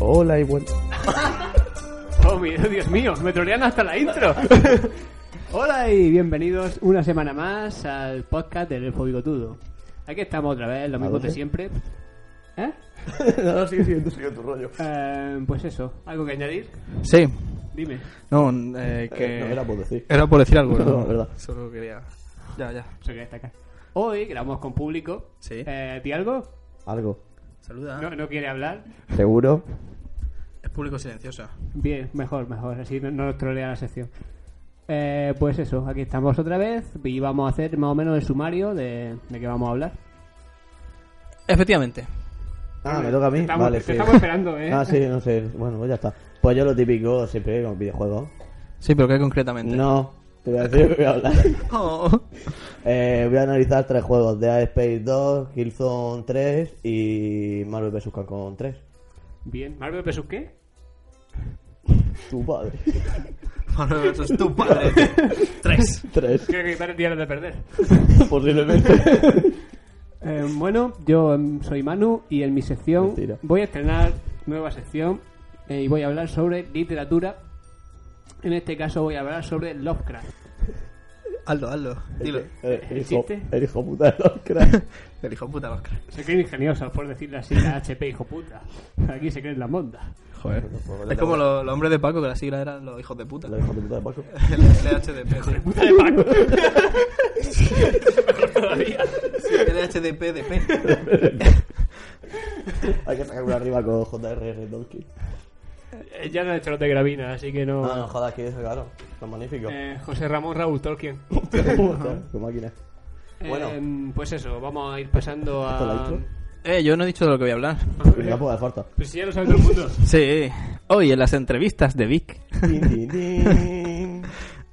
Hola y bueno. Oh, mi- Dios mío, me trolean hasta la intro. Hola y bienvenidos una semana más al podcast del Elfo Bigotudo. Aquí estamos otra vez, lo mismo dónde? de siempre. ¿Eh? no, sigue siendo sigue tu rollo. Eh, Pues eso, ¿algo que añadir? Sí. Dime. No, eh, que... No era por decir. Eh. Era por decir algo, ¿no? No, es verdad. Solo quería... Ya, ya. Eso quería destacar. Hoy grabamos con público. Sí. Eh, ¿Di algo? Algo. Ah. Saluda. No, no quiere hablar. Seguro. Es público silencioso. Bien, mejor, mejor. Así no, no nos trolea la sección. Eh, pues eso, aquí estamos otra vez y vamos a hacer más o menos el sumario de, de qué vamos a hablar. Efectivamente. Ah, me toca a mí. Te estamos- vale, te sí. estamos esperando, ¿eh? Ah, sí, no sé. Bueno, pues ya está. Pues yo lo típico siempre con videojuegos. Sí, pero ¿qué concretamente? No, te voy a decir lo que voy a hablar. Oh. Eh, voy a analizar tres juegos: Dead Space 2, Killzone 3 y Marvel vs. Capcom 3. Bien, Marvel vs. ¿qué? Tu padre. Manuel, eso es tu padre. Tres. 3. Creo que tal días de perder. Posiblemente. Eh, bueno, yo em, soy Manu y en mi sección Mentira. voy a estrenar nueva sección eh, y voy a hablar sobre literatura. En este caso voy a hablar sobre Lovecraft. Hazlo, hazlo. Dilo. Eh, el, hijo, ¿Existe? el hijo puta de los cracks. Del hijo puta Oscar. Se creen ingeniosos, por decirlo así, la HP, hijo puta. Aquí se creen las mondas. Joder. Es como lo- los hombres de Paco, que la sigla eran los hijos de puta. Los hijos de puta de Paco. El LHDP. sí. Puta de Paco. Todavía. Sí, LHDP de P. Hay que sacar una arriba con JRR Donkey. Eh, Ya no he hecho los de gravina, así que no. Ah, No, no jodas, que eso, claro. Son magníficos. Eh, José Ramón Raúl Tolkien. Qué ¿eh? máquina. Bueno. Eh, pues eso, vamos a ir pasando ¿Esto la a. intro? Eh, yo no he dicho de lo que voy a hablar. Una poca de falta. Pues si ya lo sabe todo el mundo. Sí. Hoy en las entrevistas de Vic. Tin, tin, tin.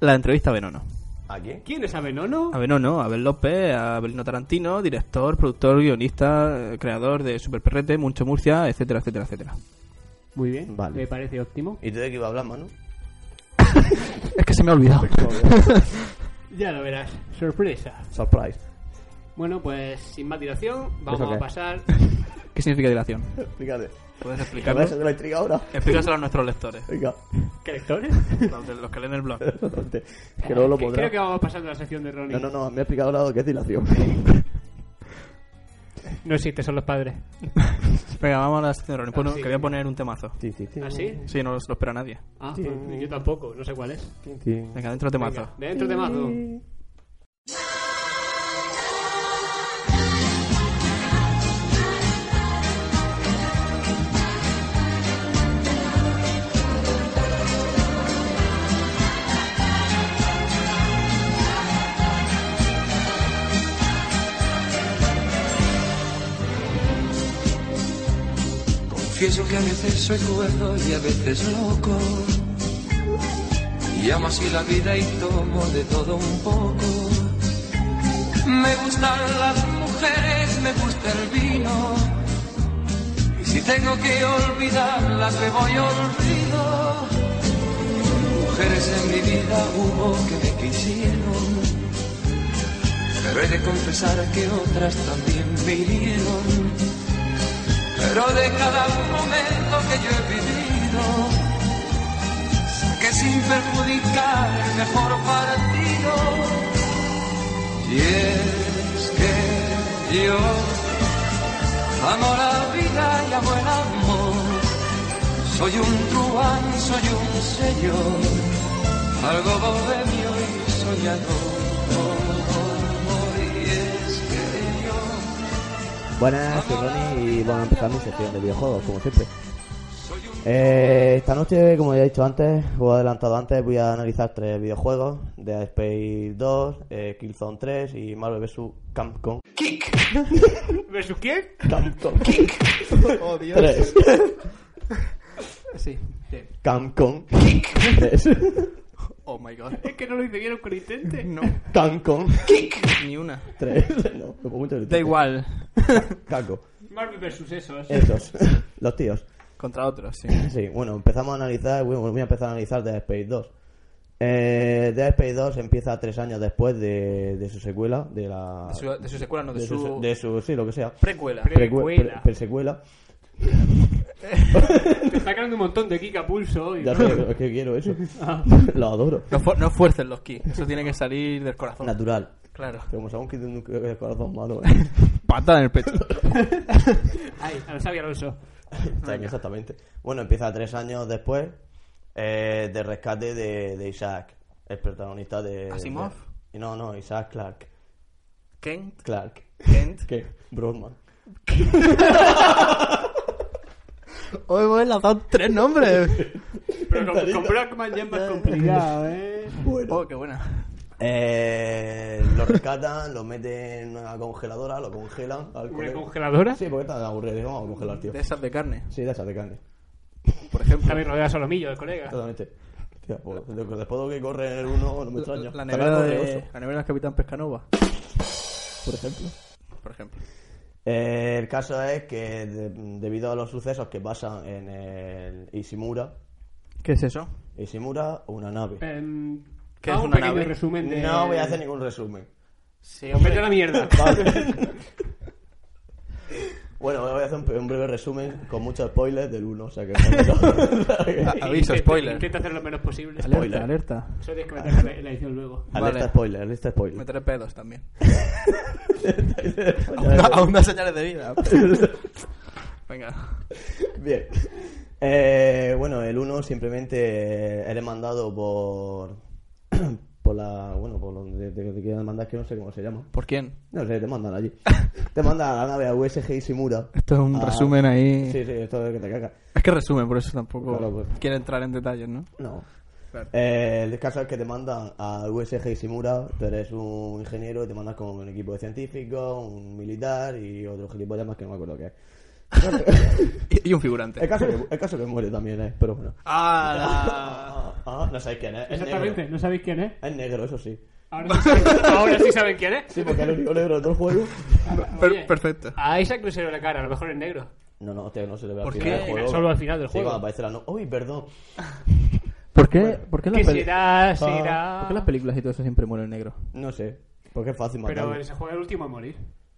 La entrevista a Venono. ¿A quién? ¿Quién es Avenono? A Ah, Venono, a Abel López, a Abelino Tarantino, director, productor, guionista, eh, creador de Super Perrete, Mucho Murcia, etcétera, etcétera, etcétera. Muy bien, Vale. Eh. me parece óptimo. ¿Y tú de qué iba a hablar, mano? Es que se me ha olvidado. Ya lo verás, sorpresa. Surprise. Bueno, pues sin más dilación, ¿Eso vamos qué? a pasar. ¿Qué significa dilación? Explícate. ¿Puedes ¿Qué me explicarlo? haces de la intriga ahora? Explícaselo a nuestros lectores, Venga. ¿Qué lectores? los, de- los que leen el blog. que luego lo Que- podrás. Creo que vamos pasando a la sección de Ronnie. No, no, no. Me ha explicado ahora lo que es dilación. No existe, son los padres. Venga, vamos a la sección de Ronnie. Bueno, Ah, sí. que voy a poner un temazo. Tin, tin, tin. ¿Ah, sí? Sí, no lo lo espera nadie. Ah, Sí. pues yo tampoco, no sé cuál es. Tin, tin. Venga, dentro temazo. Venga, dentro de mazo. Confieso que a veces soy cuerdo y a veces loco. Y amo así la vida y tomo de todo un poco. Me gustan las mujeres, me gusta el vino. Y si tengo que olvidarlas, me voy olvido. Mujeres en mi vida hubo que me quisieron. Pero he de confesar que otras también me hirieron. Pero de cada momento que yo he vivido, saqué sin perjudicar el mejor partido. Y es que yo amo la vida y amo el amor. Soy un truán, soy un señor, algo bohemio y soñador. Y es que yo Buenas, soy Ronnie y vamos a empezar mi sección de videojuegos, como siempre. Eh, esta noche, como ya he dicho antes, o adelantado antes, voy a analizar tres videojuegos: Dead Space 2, eh, Killzone 3 y Marvel vs. Capcom ¿Versus quién? Capcom Oh, Tres. Sí, sí. Capcom 3. Oh my god. Es que no lo hice bien con intente. No, Capcom ni una. 3. No, me pongo mucho grito. Da igual. Caco. Marvel versus esos. Esos. Los tíos. Contra otros, sí. Sí, bueno, empezamos a analizar, bueno, voy a empezar a analizar Dead Space 2. Eh, Dead Space 2 empieza tres años después de, de su secuela, de la... De su, de su secuela, no, de, de su, su- de su- sí, lo que sea. precuela. Precue- Precuela. pre- Presecuela. Te está creando un montón de Kika Pulso. Y... Ya sé, es que quiero eso. Ah. Lo adoro. No, fu- no fuerces los ki, eso tiene que salir del corazón. Natural. Claro. Pero como sabemos que tiene un el corazón malo, ¿eh? Patada en el pecho. Ay, a lo sabio Alonso. Está bien, Este exactamente. Bueno, empieza tres años después eh, de rescate de, de Isaac, el protagonista de... ¿Asimov? de- no, no, Isaac Clark. Kent, Clark. Kent. ¿Qué? Brosman. Hoy hemos enlazado tres nombres. Pero con, con Brockman ya es más complicado, ¿eh? Oh, qué buena. Eh, lo rescatan, lo meten en una congeladora, lo congelan. al ¿Una colega. congeladora? Sí, porque están aburridos, dicen, vamos a congelar, tío. De esas de carne, Sí, de esas de carne. por ejemplo. También rodea solomillo, el colega. Totalmente. Tío, pues, después de que corre el uno, no me extraña. La Saca nevera, todo de de, oso, la nevera del Capitán Pescanova, por ejemplo. por ejemplo. Eh, el caso es que de- debido a los sucesos que pasan en el Ishimura, ¿Qué es eso? Ishimura, una nave. Em, ¿Qué hago es un una pequeño nave? resumen de... No voy a hacer ningún resumen. Sí, Pues vete a la mierda. Bueno, voy a hacer un, un breve resumen con muchos spoilers del 1, o sea que... Alerta A- Ah, aviso, Intenta- spoiler. Intenta hacer lo menos posible. Alerta, Spoiler. alerta. Eso tienes que meter en la- en la edición luego. Vale. spoiler, alerta spoiler. Meteré pedos también. aún, aún no señales de vida. Venga. Bien. Eh, bueno, el 1 simplemente eres mandado por... por la... bueno, por donde te, te quieran mandar, que no sé cómo se llama. ¿Por quién? No sé, te mandan allí. Te mandan a la nave a USG Ishimura. Esto es un Ah, resumen ahí. Sí, sí, esto es que te cagas. Es que resumen, por eso tampoco Claro, pues. quiero entrar en detalles, ¿no? No. Claro. Eh, el caso es que te mandan a USG Ishimura, tú eres un ingeniero y te mandas con un equipo de científicos, un militar y otro gilipollas más que no me acuerdo qué es. Y, y un figurante. El caso, que, el caso que muere también, ¿eh? pero bueno. ¡Hala! Ah, no sabéis quién es. Es Exactamente, negro. no sabéis quién es. Es negro, eso sí. Ahora sí, saben- ahora sí saben quién es. Sí, porque es el único negro de todo el juego. Per- Oye, perfecto. A Isaac no se le ve la cara, a lo mejor es negro. No, no, hostia, no se le ve al ¿Por final qué? del juego. Solo al final del Sí, juego. cuando aparece la no. Uy, perdón. ¿Por qué, ¿por qué ¿Qué las peli- será? ¿por ¿Será? qué las películas y todo eso siempre mueren negro? No sé. Porque es fácil matarlo. Pero él se juega el último a morir.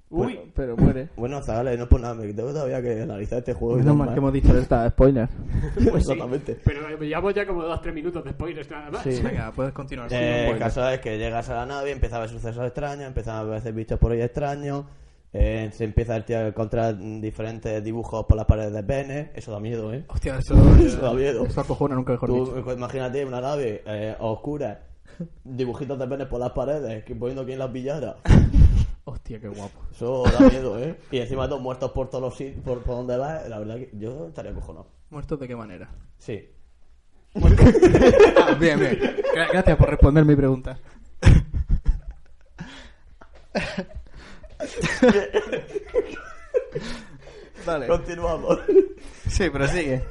Pues- Uy, Pero muere. Bueno, Zagales, no es por nada, me tengo todavía que analizar este juego. y Menos no mal más. que hemos dicho esta spoiler. pues sí. Exactamente. Pero me llevamos ya como 2-3 minutos de spoilers nada más. Sí. Venga, puedes continuar. Eh, el Spoiler. caso es que llegas a la nave, empieza a haber sucesos extraños, empiezan a verse bichos por ahí extraños, eh, se empieza el tío a encontrar mm, diferentes dibujos por las paredes de pene, eso da miedo, ¿eh? Hostia, eso, Eso da miedo. eso acojona nunca mejor Tú, dicho. eh, imagínate una nave eh, a oscuras, dibujitos de pene por las paredes, que poniendo quién las pillara. Hostia, qué guapo. Eso da miedo, ¿eh? Y encima dos muertos por todos los sitios, por, por donde vas, la verdad que yo estaría cojonado. ¿Muertos de qué manera? Sí. Ah, bien, bien. Gra- Gracias por responder mi pregunta. Vale. Continuamos. Sí, pero sigue.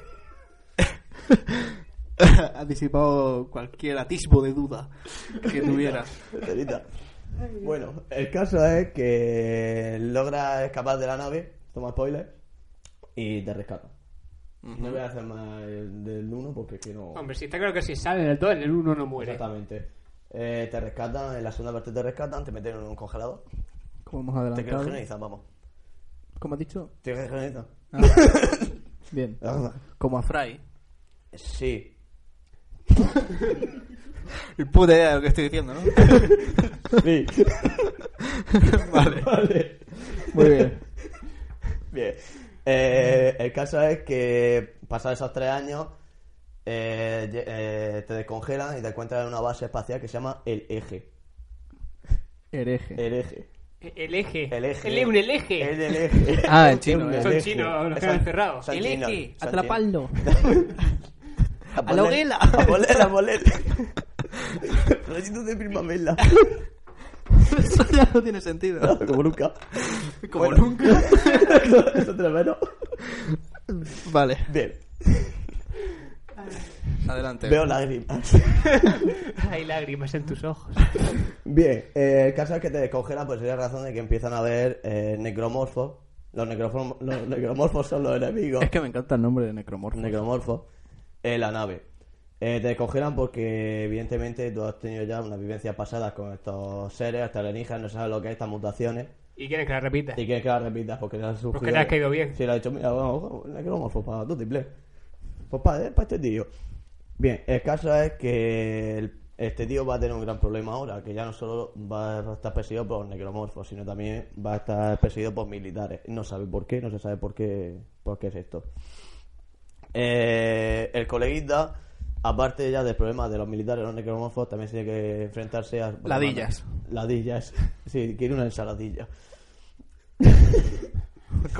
ha disipado cualquier atisbo de duda que tuviera. Terita. Bueno, el caso es que logra escapar de la nave, toma spoiler, y te rescata. No voy a hacer más el del 1 porque es que no. Hombre, si está claro que si sale del 2, en el 1 no muere. Exactamente. Eh, te rescatan, en la segunda parte te rescatan, te meten en un congelador. Como hemos Te adelantado. criogenizan, vamos. Como has dicho? Te criogenizan. Bien. Ah. Como a Fry. Sí. El puta idea de lo que estoy diciendo, ¿no? Sí. vale. vale. Muy bien. Bien. Eh, el caso es que pasados esos tres años eh, lle- eh, te descongelan y te encuentran en una base espacial que se llama el eje. Hereje. El eje. El eje. El eje. Él es un el eje. El del eje. Ah, en chino, Un eh. Son eje. chinos, los que Son- han cerrado. son El chinos, eje, son atrapando. chinos. A la hoguela. A ponerla, a ponerla. Rayito de primavera. Eso ya no tiene sentido. Como nunca. Como Bueno. nunca. Eso eso te lo menos. Vale. Bien. Adelante. Veo lágrimas. Hay lágrimas en tus ojos. Bien, eh, el caso es que te descongela por sería razón de que empiezan a ver eh, necromorfos. Los, necroform- los necromorfos son los enemigos. Es que me encanta el nombre de Necromorfo. necromorfos en la nave. Eh, te descongelan porque, evidentemente, tú has tenido ya unas vivencias pasadas con estos seres, hasta alienígenas, no sabes lo que es estas mutaciones. Y quieren que la repita. Y quieres que la repitas porque le has surgido. Porque le has caído bien. Sí, le has dicho, mira, vamos, necromorfo para tu triple. Pues para, eh, para este tío. Bien, el caso es que el- este tío va a tener un gran problema ahora, que ya no solo va a estar perseguido por necromorfos, sino también va a estar perseguido por militares. No sabe por qué, no se sabe por qué, por qué es esto. Eh, el coleguita, aparte ya del problema de los militares, los necromorfos, también tiene que enfrentarse a... Ladillas. Ladillas. Sí, quiere una ensaladilla.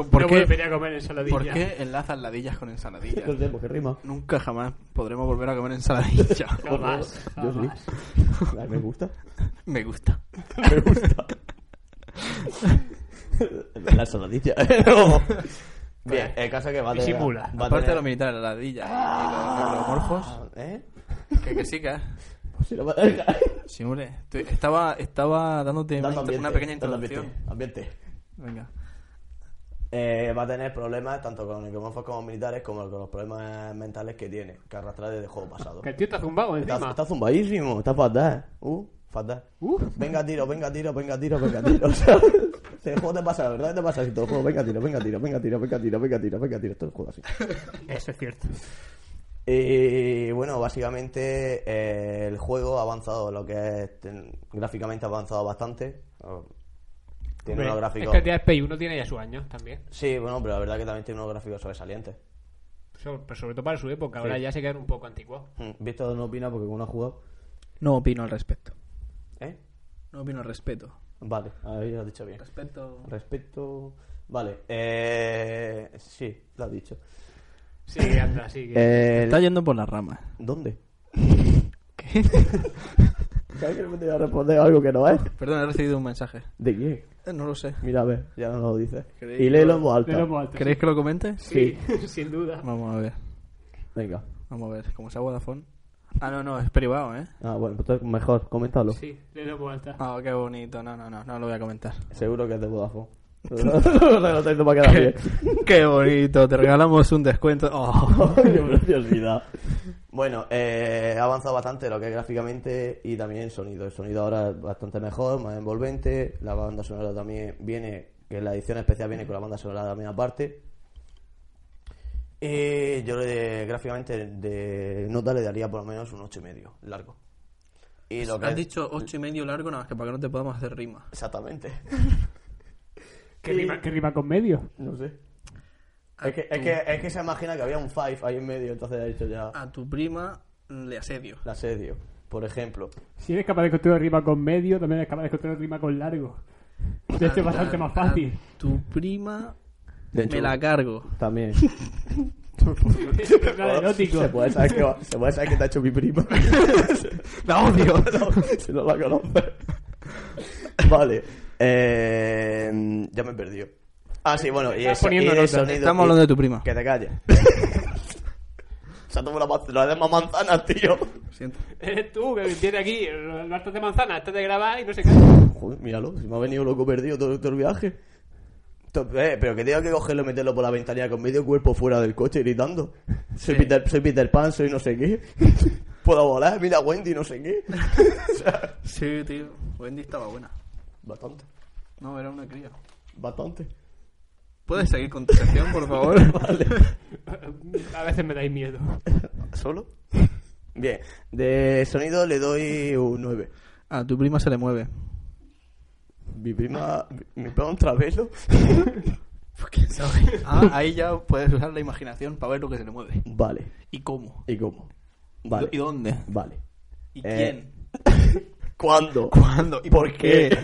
¿Por no qué, volveré a comer ensaladilla. ¿Por qué enlazan ladillas con ensaladillas? No sé, porque rima. Nunca jamás podremos volver a comer ensaladilla. Jamás, Yo sí. jamás. Ay, Me gusta. Me gusta. Me gusta. La saladilla. No. Bien, el caso es que va a tener... Disimula. Va a Aparte de tener- los militares, las ladillas y los necromorfos, ¿Eh? que, que sí, que es. Pues si lo va a dejar. Sí, hombre. Tú- estaba, estaba dándote una, Dando ambiente, una pequeña dando introducción. Ambiente. ambiente. Venga. Eh, va a tener problemas tanto con los necromorfos como militares como con los problemas mentales que tiene, que arrastra desde el juego pasado. Que el tío está zumbado Está, encima. está zumbadísimo, está fatal. Uh, fatal. Uf. Venga tiro, venga tiro, venga tiro, venga tiro. ¿sabes? Este juego te pasa, la verdad te pasa así todo el juego. Venga tiro, venga tiro, venga tiro, venga tiro, venga tiro, venga tiro. Todo el juego así. Eso es cierto. Y Eh, bueno, básicamente eh, el juego ha avanzado, lo que es ten- gráficamente ha avanzado bastante. Oh, Tiene unos Hombre, gráficos. Es que el DSP 1 tiene ya su año también. Sí, bueno, pero la verdad que también tiene unos gráficos sobresalientes. So- Pero sobre todo para su época, ahora Sí. ya se quedan un poco antiguos. Mm, Víctor no opina porque como no ha jugado. No opino al respecto. ¿Eh? No opino al respeto. Vale, ahí lo has dicho bien. Respeto. Respecto. Vale, eh. Sí, lo has dicho. Sí, anda, sí. que- Eh, Está yendo por las ramas. ¿Dónde? ¿Sabes que no me te voy a responder algo que no es? Perdón, he recibido un mensaje. ¿De quién? Eh, No lo sé. Mira, a ver, ya no lo dices. Creí Y que léelo lo- en voz alta. De lomo alto, ¿Queréis que lo comente? Sí. sí, sin duda. Vamos a ver. Venga. Vamos a ver. Como sea Vodafone. Ah, no, no, es privado, ¿eh? Ah, bueno, entonces mejor, coméntalo. Sí, de lomo alta. Ah, qué bonito. No, no, no, no lo voy a comentar. Seguro que es de Vodafone. O sea, no te va a quedar bien. qué bonito. Te regalamos un descuento. Oh. ¡Qué preciosidad! Bueno, eh, ha avanzado bastante lo que es gráficamente y también el sonido. El sonido ahora es bastante mejor, más envolvente. La banda sonora también viene, que la edición especial viene con la banda sonora también aparte. Y yo le, gráficamente de nota le daría por lo menos un 8,5 largo. Y lo que Has dicho ocho y medio largo, nada más que para que no te podamos hacer rima. Exactamente. ¿Qué, rima, qué rima con medio? No sé. Ah, Es que, es, que, es que se imagina que había un five ahí en medio, entonces ha dicho ya A tu prima le asedio. la asedio, por ejemplo. Si eres capaz de construir rima con medio, también eres capaz de construir rima con largo. De hecho, es bastante más fácil. A tu prima De hecho, me la cargo. También. Nada Este erótico. Se puede saber que, se puede saber que te ha hecho mi prima. La odio. si no la conoces. Vale. Eh, ya me he perdido. Ah, sí, bueno. Y Estás eso, poniendo nota. Estamos hablando de tu prima. Que te calles. se ha tomado la, man- la demás manzana, tío. Lo siento. Eres tú que viene aquí, el bastón de manzana, antes de grabar y no sé qué. Joder, míralo, si me ha venido loco perdido todo, todo el viaje. To- eh, pero que tengo que cogerlo y meterlo por la ventanilla con medio cuerpo fuera del coche gritando. Soy, Sí. Peter, soy Peter Pan, soy no sé qué. Puedo volar, mira Wendy, no sé qué. O sea, Sí, tío. Wendy estaba buena. bastante, No, era una cría. bastante. ¿Puedes seguir con tu sección, por favor? Vale. A veces me dais miedo. ¿Solo? Bien, de sonido le doy un 9. A tu prima se le mueve. Mi prima, mi, mi prima un travelo. Pues Ah, ahí ya puedes usar la imaginación para ver lo que se le mueve. Vale, ¿Y cómo? ¿y cómo? Vale, ¿Y dónde? vale. ¿Y Eh, quién? ¿Cuándo? ¿Cuándo? ¿Y ¿Por qué?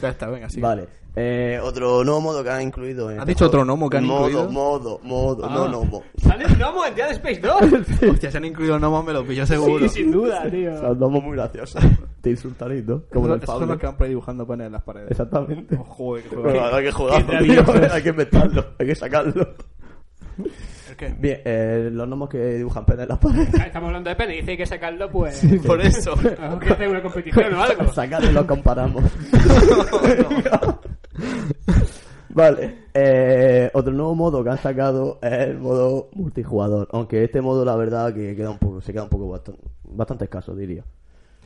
Ya está, venga, sí. Vale. Eh, otro no modo que han incluido. En ¿Has este dicho juego. otro gnomo que han modo, incluido? Ah. Modo, modo, no gnomo. ¡Sale el gnomo en Dead Space 2! Hostia, se han incluido nomás, me lo pillo seguro. Sí, sin duda, tío. O sea, gnomos muy graciosos. Te insultaréis, ¿no? Como en el Esos son Pablo. los que van predibujando panes en las paredes. Exactamente. Oh, joder, qué Bueno, juego. hay que jugarlo, Qué tío. gracioso. Hay que inventarlo. Hay que sacarlo. El ¿El qué? Bien, eh, los gnomos que dibujan pene en las paredes. Ah, Estamos hablando de pene, dice que hay que sacarlo, pues. Por eso. Tenemos que hacer una competición o algo. Sacadlo y lo comparamos. vale. eh, otro nuevo modo que han sacado es el modo multijugador. Aunque este modo, la verdad, que queda un poco, se queda un poco bastante, bastante escaso, diría.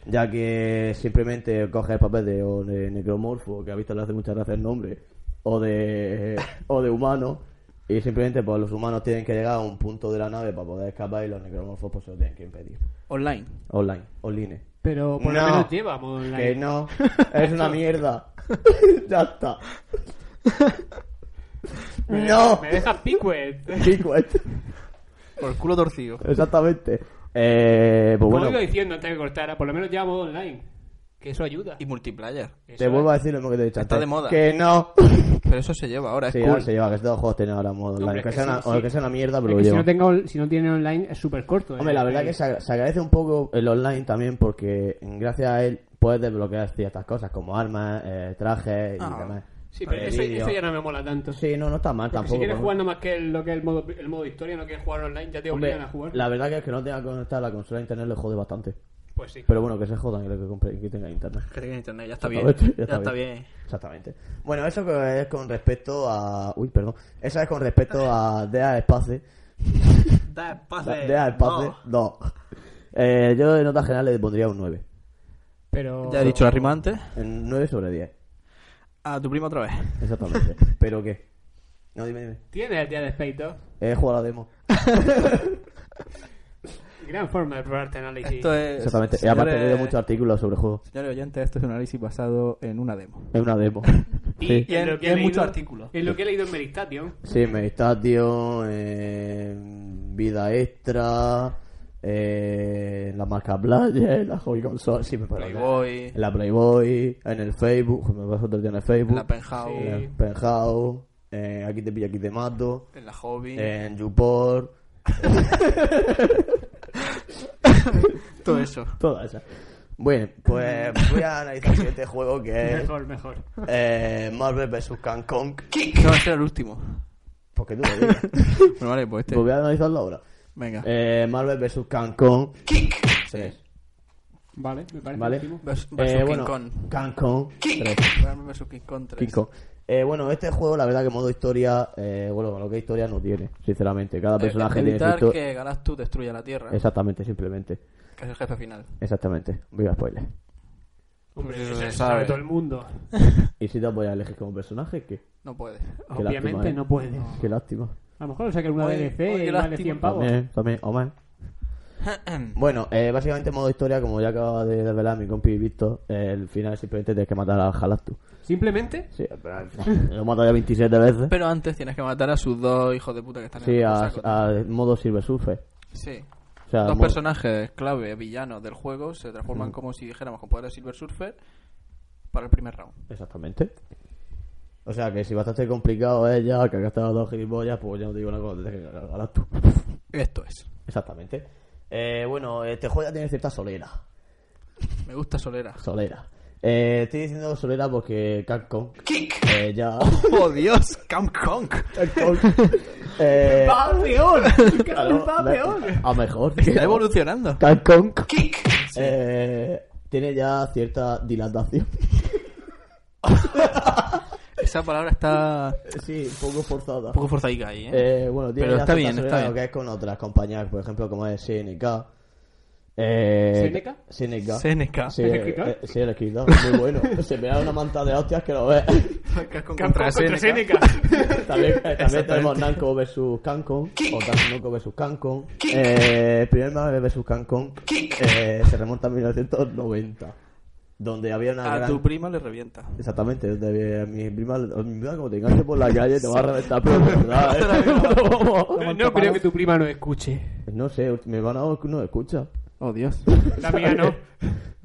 Ya que simplemente coges el papel de, o de necromorfo, que a visto le hace muchas gracias el nombre, o de, o de humano, y simplemente pues los humanos tienen que llegar a un punto de la nave para poder escapar y los necromorfos pues se lo tienen que impedir. Online. Online, online. Pero por No. lo menos llevamos la. Que no, es una mierda. ya está. Me- no. Pues Me dejas eh. picue. Kikwet. Por el culo torcido. Exactamente. Eh, pues Como bueno, iba diciendo antes de cortar, por lo menos llevamos online. Que eso ayuda. Y multiplayer. te Eso eh. vuelvo a decir lo mismo que te he dicho Está antes. de moda. Que no. Pero eso se lleva ahora, es Sí, cool. ahora se lleva, que estos juegos tienen ahora modo online. Hombre, que es sea que una, sí, o sí. que sea una mierda, Es pero que lo si llevan. no, tengo, si no tiene online es súper corto. eh. Hombre, la verdad que se, ag- se agradece un poco el online también porque gracias a él puedes desbloquear ciertas cosas como armas, eh, trajes y Ah. demás. Sí, pero Eh, eso, vídeo. eso ya no me mola tanto. Sí, no, no está mal Porque tampoco. pues si quieres ¿no? jugar nada más que el- lo que es el modo, el modo historia, no quieres jugar online, ya te Hombre, obligan a jugar. La verdad que es que no tenga conectada la consola a internet le jode bastante. Pues sí. Pero bueno, que se jodan y lo que compre y que tenga internet. Que tenga internet, ya está bien. Exactamente, Ya está bien. Exactamente. Bueno, eso que es con respecto a. Uy, perdón. Eso es con respecto a DEA Espace. Da espacio. DEA Espace No. 2. Eh, yo de nota general le pondría un 9. Pero... Ya he dicho la rima antes. Un 9 sobre 10. A tu prima otra vez. Exactamente. ¿Pero qué? No, dime, dime. Tienes el día de Space He jugado a la demo. 2. Gran forma de probarte análisis. Esto es. Exactamente. Y señores- aparte he leído muchos artículos sobre el juego. Señores oyentes, esto es un análisis basado en una demo. Es una demo. Y, Sí. Y en- lo que y he en leído- muchos artículos. En lo que he leído en Meristation. Sí, Meditatio, eh, Vida Extra, eh, la marca Blayer, la Hobby Console, sí, me parece. Playboy. En la Playboy, en el Facebook, joder, me paso todo el día en el Facebook. En la Penthouse. en el Penthouse, eh, aquí te pillo, aquí te mato, Eh, En la Hobby. en YouPorn, Todo eso. todas esas. Bueno, pues voy a analizar el siguiente juego que es Mejor, mejor. eh, Marvel vs. Kong. No, este era el último. Porque tú lo digas. Bueno, vale, pues este. Pues voy a analizarlo ahora. Venga. Eh, Marvel vs. Kong. Tres. Vale, me parece Vale. óptimo. Vers- Eh, versus King bueno, Kong. Kang Kong, tres. Batman versus King Kong 3. King Kong. Eh, bueno, este juego, la verdad que modo historia, eh, bueno, lo que historia no tiene, sinceramente. Cada Eh, personaje tiene su evitar historia. que Galactus destruya la Tierra, Exactamente, simplemente. que es el jefe final. Exactamente. Viva spoiler. Hombre, Pues eso se se sabe. sabe todo el mundo. ¿Y si te voy a elegir como personaje? ¿Qué? No puede. Qué Obviamente lástima, ¿eh? no puede. Qué lástima. A lo mejor lo saca en una Oye, DLC oye, E y qué vale lástima. 100 pavos. También, también, o más. Bueno, eh, básicamente modo historia, como ya acaba de desvelar mi compi Víctor, eh, el final simplemente tienes que matar a Galactus. Simplemente Sí, pero- lo he matado ya 27 veces. Pero antes tienes que matar a sus dos hijos de puta que están Sí, en el a, saco. a modo Silver Surfer. Sí. O sea, Dos modo- personajes clave, villanos del juego, se transforman como si dijéramos con poderes Silver Surfer para el primer round. Exactamente. O sea que si bastante complicado es ya que gastar las dos gilipollas, pues ya no te digo nada cuando te tienes que ganar tú. Esto es. Exactamente. Eh, bueno, este juego ya tiene cierta solera. Me gusta Solera. Solera. Eh, estoy diciendo solera porque Capcom. Eh, ya. ¡Oh, Dios! ¡Camp Kong! Capcom. eh, ¡Campeón! claro, ¡Campeón! a mejor. Está evolucionando. Capcom. Eh, tiene ya cierta dilatación. Esa palabra está sí, un poco forzada. un poco forzadica ahí, ¿eh? Eh, bueno, tiene Pero ya está cierta bien, solera está lo que bien. es con otras compañías, por ejemplo, como es SNK. Eh, ¿SNK? SNK. CNK. Sí, ¿El eh, escritor? eh, sí, el escritor, muy bueno. Se me da una manta de hostias que lo ves. Capcom Campeón contra Seneca. también, eh, también tenemos Exactamente. Namco vs Cancon, o Namco vs Cancon. Eh, el primer Marvel vs Cancon eh, se remonta a 1990, donde había una A gran... tu prima le revienta. Exactamente, donde eh, mi prima, mi prima como te enganche por la calle te va a reventar, pero de verdad, ¿eh? No, no creo que tu prima no escuche. No sé, me van a no escucha. Oh, Dios. La mía no.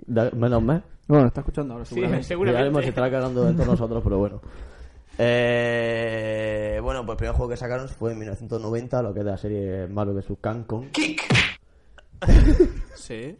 Da- menos mal. Bueno, está escuchando ahora, Sí, seguramente. Ya mismo se seguramente. estará cagando dentro de nosotros, pero bueno. Eh, bueno, pues el primer juego que sacaron fue en 1990, lo que es de la serie Marvel vs. Capcom. Sí.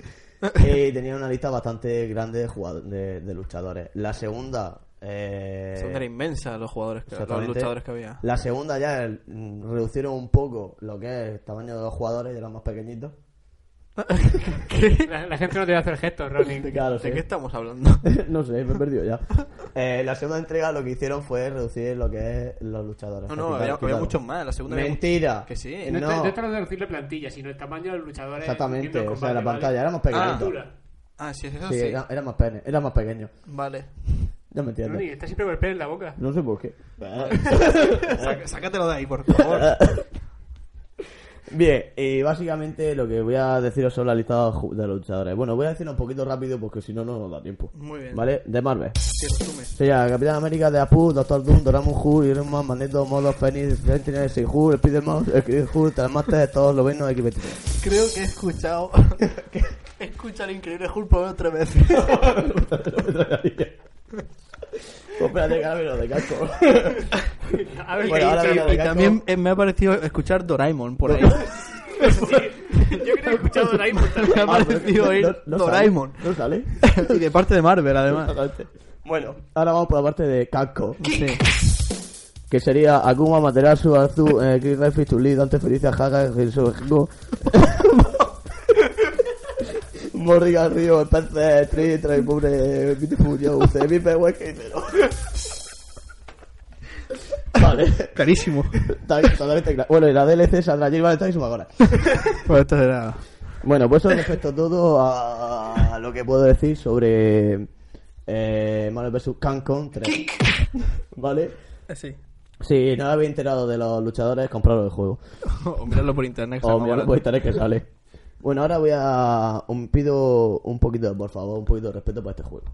Y tenía una lista bastante grande de, jugado- de, de luchadores. La segunda, Eh, Son era inmensa los jugadores, que, los Exactamente. luchadores que había. La segunda ya el- mm, reducieron un poco lo que es el tamaño de los jugadores, ya eran más pequeñitos. ¿Qué? La, la gente no te va a hacer gestos, Ronnie. Claro, ¿De sí. qué estamos hablando? no sé, me he perdido ya. Eh, la segunda entrega lo que hicieron fue reducir lo que es los luchadores. No, no, Quitaron- había, había quitaron. muchos más. La segunda había Mentira. Eh, mucho- Que sí. No, No. estoy- no estoy hablando de reducirle plantilla, sino el tamaño de los luchadores. Exactamente, haciendo el o sea, la combate, pantalla era más ¿vale? pequeñita. La altura. Ah, sí, eso Sí, sí. Era, era más pene, era más pequeño. Vale. Ya me entiendes. Ronnie, está siempre con el pelo en la boca. No sé por qué. Saca- Sácatelo de ahí, por favor. Bien, y básicamente lo que voy a deciros sobre la lista de ju- de los luchadores. Bueno, voy a decirlo un poquito rápido porque si no, no nos da tiempo. Muy bien. ¿Vale? De Marvel. Que resume. Sería Capitán América, de Apu, Doctor Doom, Doraemon Hulk, Iron Man, Magneto, Modo, Phoenix, Sentinel, Sin Hulk, Spiderman, Skid Hulk, Transmaster, todos los buenos X23. Creo que he escuchado. he escuchado el increíble Hulk por otra vez. Pues espérate, que ahora me lo de casco. A ver, Bueno, ¿qué ahora dice? venga, y también eh, me ha parecido escuchar Doraemon por ahí. Sí, yo creo que he escuchado a Doraemon Ah, me ha también. pues, parecido oír Doraemon. ¿No sale? y de parte de Marvel, además. Bueno, ahora vamos por la parte de casco. Sí. Que sería Akuma, Materasu, Arzu, eh, Chris Redfield, Chun-Li, Dante Felicia, Haga, Jesús, Hiko, Morrigan, Río, Spencer, Tree, Trey, Pobre, Beautiful, Joe, Usted, Vipe, Huesca y Cero. Vale. Carísimo. Está bien, totalmente claro. Bueno, y la DLC saldrá Jill Valentine y su Magora. Pues esto será. Bueno, pues eso respecto a todo a lo que puedo decir sobre eh, Marvel vs. Cancon 3. ¿Vale? Sí. Si no habéis enterado de los luchadores, compraros el juego. Oh, O mirarlo por internet. que O sea más mirad los barato. postales que sale. Bueno, ahora voy a... Un, pido un poquito, de- por favor, un poquito de respeto para este juego.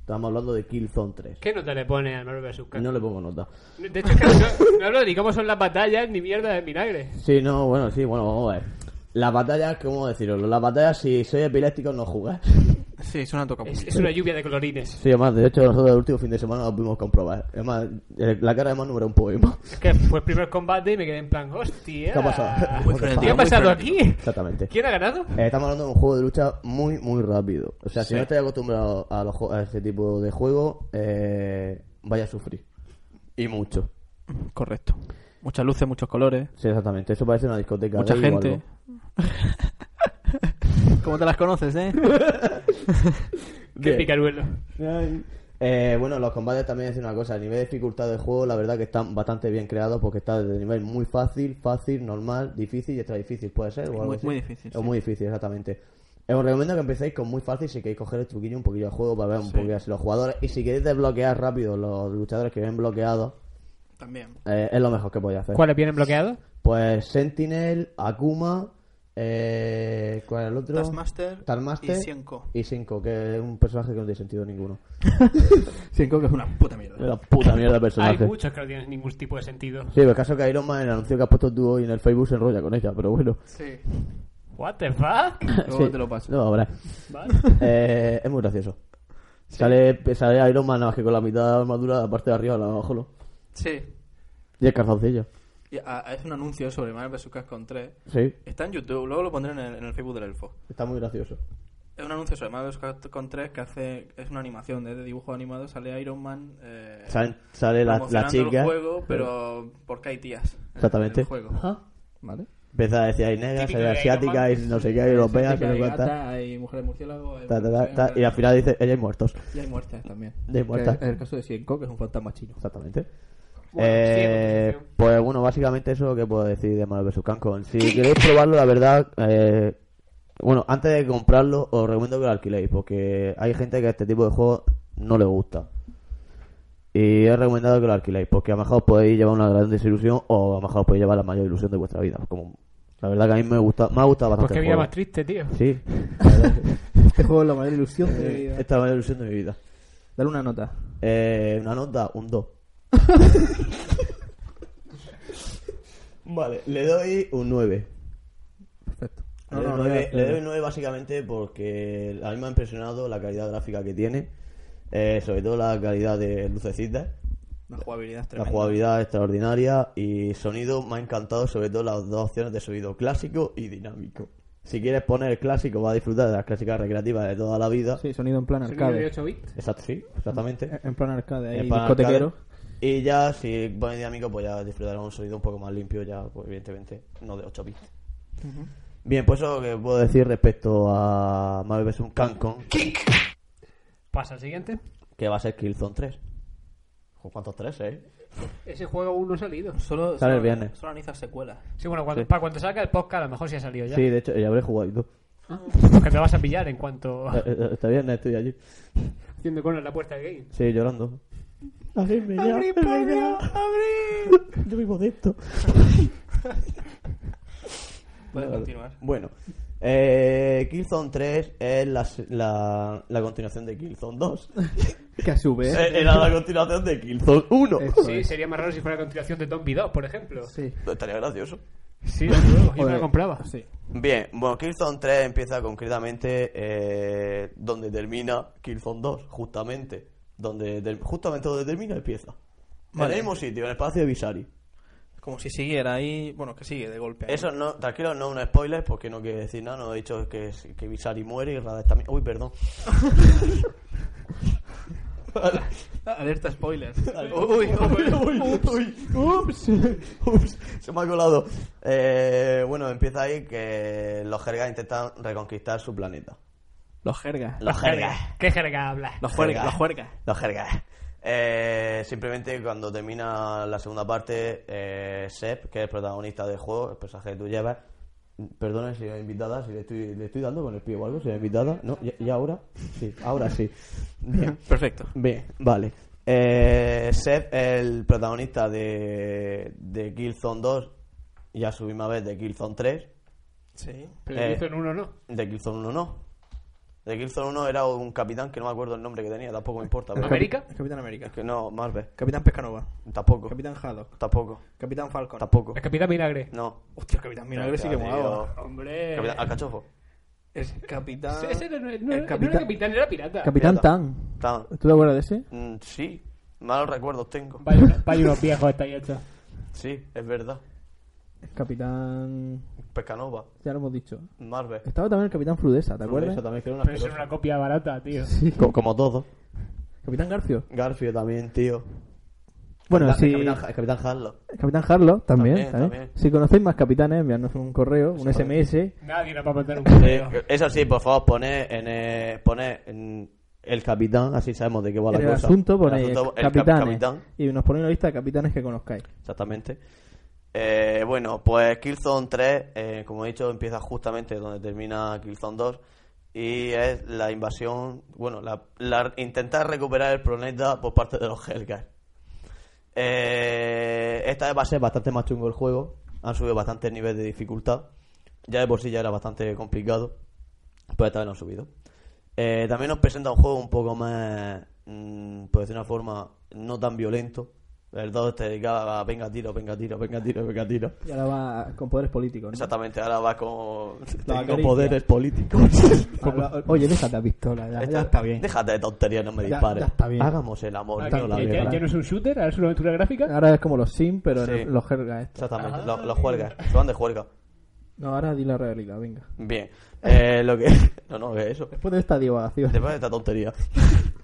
Estamos hablando de Killzone 3. ¿Qué nota le pone al Marvel vs. Capcom? No le pongo nota. De hecho, es que no, no hablo ni cómo son las batallas ni mierda de vinagre. Sí, no, bueno, sí, bueno, vamos a ver. Las batallas, ¿cómo deciros? Las batallas, si soy epiléptico, no jugas. Sí, es una toca. Es, es una lluvia de colorines. Sí, además, de hecho, nosotros el último fin de semana lo pudimos comprobar. Además, eh, la cara de Manu era un poema. Es que fue el primer combate y me quedé en plan, hostia. ¿Qué ha pasado? Muy frenético, ¿Qué ha muy pasado aquí? frenético. Exactamente. ¿Quién ha ganado? Eh, estamos hablando de un juego de lucha muy, muy rápido. O sea, si Sí. no estáis acostumbrados a, los jue- a este tipo de juego, eh, vaya a sufrir. Y mucho. Correcto. Muchas luces, muchos colores. Sí, exactamente. Eso parece una discoteca. Mucha gay o gente. algo. ¿Cómo te las conoces, eh? Qué Bien. picaruelo. Eh, bueno, los combates también es una cosa. El nivel de dificultad del juego, la verdad que están bastante bien creados porque está desde nivel muy fácil, fácil, normal, difícil y extra difícil, puede ser. O algo Muy- así. muy difícil, O sí. muy difícil, exactamente. Eh, Os recomiendo que empecéis con muy fácil si queréis coger el truquillo un poquillo al juego para ver un poquillo así los jugadores. Y si queréis desbloquear rápido los luchadores que ven bloqueados, También. eh, es lo mejor que podéis hacer. ¿Cuáles vienen bloqueados? Pues Sentinel, Akuma, eh, ¿cuál es el otro? Taskmaster Taskmaster y Sienko. Y Sienko, que es un personaje que no tiene sentido ninguno. Sienko que es una puta mierda. La puta mierda de Hay personaje. muchos que no tienen ningún tipo de sentido. Sí, pero el caso que Iron Man, el anuncio que has puesto tú hoy en el Facebook se enrolla con ella, pero bueno. Sí. What the fuck? Luego Sí. te lo paso. No, ahora. Vale. Eh, es muy gracioso. Sale, sale Iron Man nada más que con la mitad de la armadura, la parte de arriba, la de abajo. ¿no? Sí. Y el calzoncillo. Y, ah, es un anuncio sobre Marvel vs. Capcom 3. Sí, Está en YouTube, luego lo pondré en el, en el Facebook del Elfo. está muy gracioso. Es un anuncio sobre Marvel vs. Capcom 3 que hace. Es una animación de, de dibujo animado. Sale Iron Man. Eh, Sale, sale la, la promocionando chica. el juego, pero. Porque hay tías. en- Exactamente. En el juego. Ajá. Vale. Empieza a decir, hay negras, Típico hay de Iron asiáticas, Man. hay no sé qué, hay europeas, Asiática, hay hay no sé cuántas. gata, hay mujeres murciélago. hay Ta, ta, ta, ta, mujeres- y al final dice, ella hay muertos. Y hay muertes también. De Que muertas. Es el caso de Sienko, que es un fantasma chino. Exactamente. Bueno, Eh, sí, continuación. pues bueno, básicamente eso es lo que puedo decir de Marvel vs. Capcom. Si queréis probarlo, la verdad, eh, bueno, antes de comprarlo, os recomiendo que lo alquiléis, porque hay gente que a este tipo de juegos no le gusta. Y he recomendado que lo alquiléis, porque a lo mejor os podéis llevar una gran desilusión o a lo mejor os podéis llevar la mayor ilusión de vuestra vida. Como, la verdad que a mí me, gusta, me ha gustado Pues bastante. qué el vida juego. más triste, tío. Sí, la verdad que sí. Este juego es la mayor ilusión de Eh, mi vida. esta es la mayor ilusión de mi vida. Dale una nota. Eh, una nota, un 2. vale, le doy un 9. Perfecto. Le doy, un 9 le doy un 9 básicamente porque a mí me ha impresionado la calidad gráfica que tiene, eh, sobre todo la calidad de lucecitas, La jugabilidad es la tremenda. jugabilidad extraordinaria y sonido me ha encantado, sobre todo las dos opciones de sonido clásico y dinámico. Si quieres poner el clásico, vas a disfrutar de las clásicas recreativas de toda la vida. Sí, sonido en plan Sonido de arcade. 8 bits. Exacto, sí, exactamente. Eh, En plan arcade, ahí Es para discotequero. arcade. Y ya, si pones dinámico, pues ya disfrutarás un sonido un poco más limpio, ya, pues, evidentemente, no de 8 bits. Bien, pues eso que puedo decir respecto a Marvel vs. Capcom, Pasa al siguiente. que va a ser Killzone 3. Ojo, ¿Cuántos 3, eh? Ese juego aún no ha salido. Solo, Sale el viernes. Solo analiza secuelas. Sí, bueno, cuando- para cuando salga el podcast, a lo mejor sí ha salido ya. Sí, de hecho, ya habré jugado y tú. Porque te vas a pillar en cuanto. Eh, eh, Este viernes estoy allí. haciendo con la puerta del game. Sí, llorando. Abrirme ya. ¡Abrid, por Dios! ¡Abrid! Yo vivo de esto. Puedes Vale. continuar. Bueno, eh, Killzone 3 es la, la, la continuación de Killzone 2. Que a su vez. Eh, Era la continuación de Killzone 1. Eso Sí, es. Pues sería más raro si fuera la continuación de Tomb 2, por eh. ejemplo. Sí. Estaría gracioso. Sí, desde luego, yo me Joder. la compraba. Sí. Bien, bueno, Killzone 3 empieza concretamente eh, donde termina Killzone 2, justamente. Donde ter- justamente donde termina empieza. En Vale. el mismo sitio, en el espacio de Visari. Como si siguiera ahí. Bueno, que sigue de golpe. ahí. Eso no, tranquilo, no es un spoiler porque no quiere decir nada, no he dicho que, que Visari muere y Raditz también. Uy, perdón. Ah, Alerta spoiler. Uy, uy, uy, ups, ups, se me ha colado. Eh, bueno, empieza ahí que los jergas intentan reconquistar su planeta. Los jergas. Los jergas. ¿Qué jerga hablas? Los juergas, los juergas. Los jergas. Eh, simplemente cuando termina la segunda parte, eh, Sep, que es el protagonista del juego, el personaje que tú llevas, perdone si es invitada, si le estoy, le estoy dando con el pie o algo, si es invitada, ¿no? ¿Ya, ya ahora? Sí, ahora sí. Bien. Perfecto. Bien, vale. Eh, Seth, el protagonista de, de Killzone 2 y a su misma vez de Killzone 3. Sí. Pero Eh. hizo en uno no. De Killzone 1 no. De Killzone 1 era un capitán que no me acuerdo el nombre que tenía, tampoco me importa. pero- ¿América? El Capitán América. Que no, Marvel. Capitán Pescanova. Tampoco. Capitán Haddock. Tampoco. Capitán Falcon. Tampoco. La Capitán Milagre. No. Hostia, el Capitán Milagre sí que molaba. Hombre. Capitán Alcachofo. Es Capitán. Ese no, no- no El era capitán- capitán, era pirata. Capitán Pirata. Tan. Tan- ¿Tú te acuerdas de ese? mm, sí, malos recuerdos tengo. Vaya, uno- vaya unos viejos estáis hechos. Sí, es verdad. Capitán. Pescanova. Ya lo hemos dicho. Marvel. Estaba también el Capitán Frudesa, ¿te acuerdas? Eso también que era una Pero eso era asquerosa. una copia barata, tío. Co- Como todo. Capitán Garfio. Garfio también, tío. Bueno, Capitán- sí. Capitán, Ja- Capitán Harlow. Capitán Harlock también, También, ¿sabes? también. Si conocéis más capitanes, enviadnos un correo, un SMS. Nadie nos va a meter un Eh, correo. eso sí, por favor, poné en, eh, poné en el capitán, así sabemos de qué va la En el cosa. asunto pues, El ponéis asunto- el cap- capitanes. capitán, Y nos ponéis una lista de capitanes que conozcáis. exactamente. Eh, bueno, pues Killzone 3, eh, como he dicho, empieza justamente donde termina Killzone 2 y es la invasión, bueno, la, la- intentar recuperar el planeta por parte de los Hellcats. Eh, esta vez va a ser bastante más chungo el juego. Han subido bastante el nivel de dificultad. Ya de por sí ya era bastante complicado. Pero esta vez lo han subido. Eh, también nos presenta un juego un poco más, mm, por decir una forma, no tan violento. El 2 te dedicaba a venga tiro, venga tiro, venga tiro, venga tiro. Y ahora va con poderes políticos. ¿no? Exactamente, ahora va con tengo acaricia. poderes políticos. Ahora- Oye, déjate la pistola, ya, ya está bien. Déjate de tonterías, no me Ya- dispares. ya está bien. Hagamos el amor, Ah, no la que- que- ya, guerra. ya no es un shooter, ahora es una aventura gráfica. Ahora es como los Sim, pero Sí. en el- los ¿eh? jergas estos. Exactamente, lo- los juergas, se van de juerga. No, ahora di la realidad, venga. Bien, eh, lo que. No, no, que eso. Después de esta divagación. Después de esta tontería.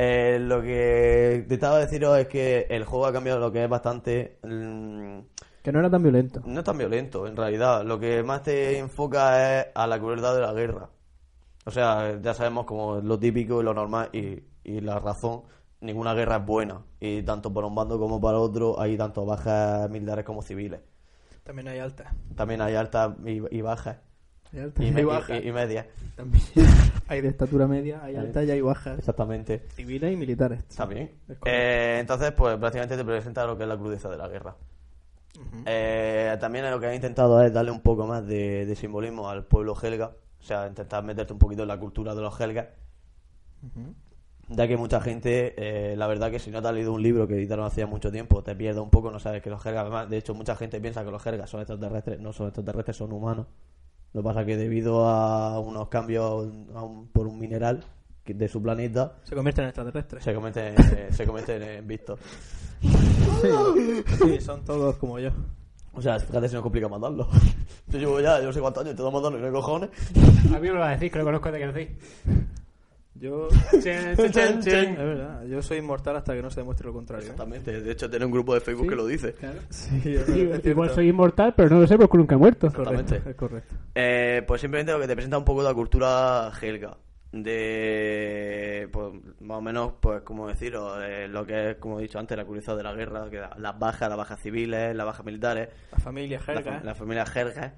Eh, lo que intentaba deciros es que el juego ha cambiado lo que es bastante. mm, Que no era tan violento. No es tan violento, en realidad. Lo que más te enfoca es a la crueldad de la guerra. O sea, ya sabemos como lo típico y lo normal y, y la razón. Ninguna guerra es buena. Y tanto para un bando como para otro hay tanto bajas militares como civiles. También hay alta. También hay altas y, y bajas. Hay alta. Y, Y, me- y- baja. y- y medias. También. hay de estatura media, hay alta y hay baja. Exactamente. Civiles y militares. Está bien. Es correcto. Eh, entonces, pues prácticamente te presenta lo que es la crudeza de la guerra. Eh, también lo que han intentado es darle un poco más de, de simbolismo al pueblo helga, o sea, intentar meterte un poquito en la cultura de los helgas, ya que mucha gente, eh, la verdad que si no te has leído un libro que editaron hace ya mucho tiempo, te pierdes un poco, no sabes que los helgas, además, de hecho mucha gente piensa que los helgas son extraterrestres, no son extraterrestres, son humanos. Lo que pasa es que debido a unos cambios a un- por un mineral que- de su planeta, Se convierten en extraterrestres. se cometen, eh, se cometen en vistos. Sí. Sí, son todos como yo. O sea, fíjate si no complica mandarlo. Yo llevo ya, yo no sé cuántos años, te doy mandarlo y no hay cojones. A mí me lo vas a decir, que lo conozco de que nací. Yo. Chen, chen, chen, Es chen. verdad, yo soy inmortal hasta que no se demuestre lo contrario. ¿eh? Exactamente, de hecho tiene un grupo de Facebook Sí. que lo dice. Claro. Sí, es verdad, es Igual- Igual cierto. soy inmortal, pero no lo sé porque nunca he muerto. Correcto, Exactamente. es correcto. Eh, pues simplemente lo que te presenta un poco la cultura helga. De, pues, más o menos, pues, como deciros, eh, lo que es, como he dicho antes, la curiosidad de la guerra, que da- las bajas, las bajas civiles, las bajas militares, La familia la, jerga. fam- la familia jerga.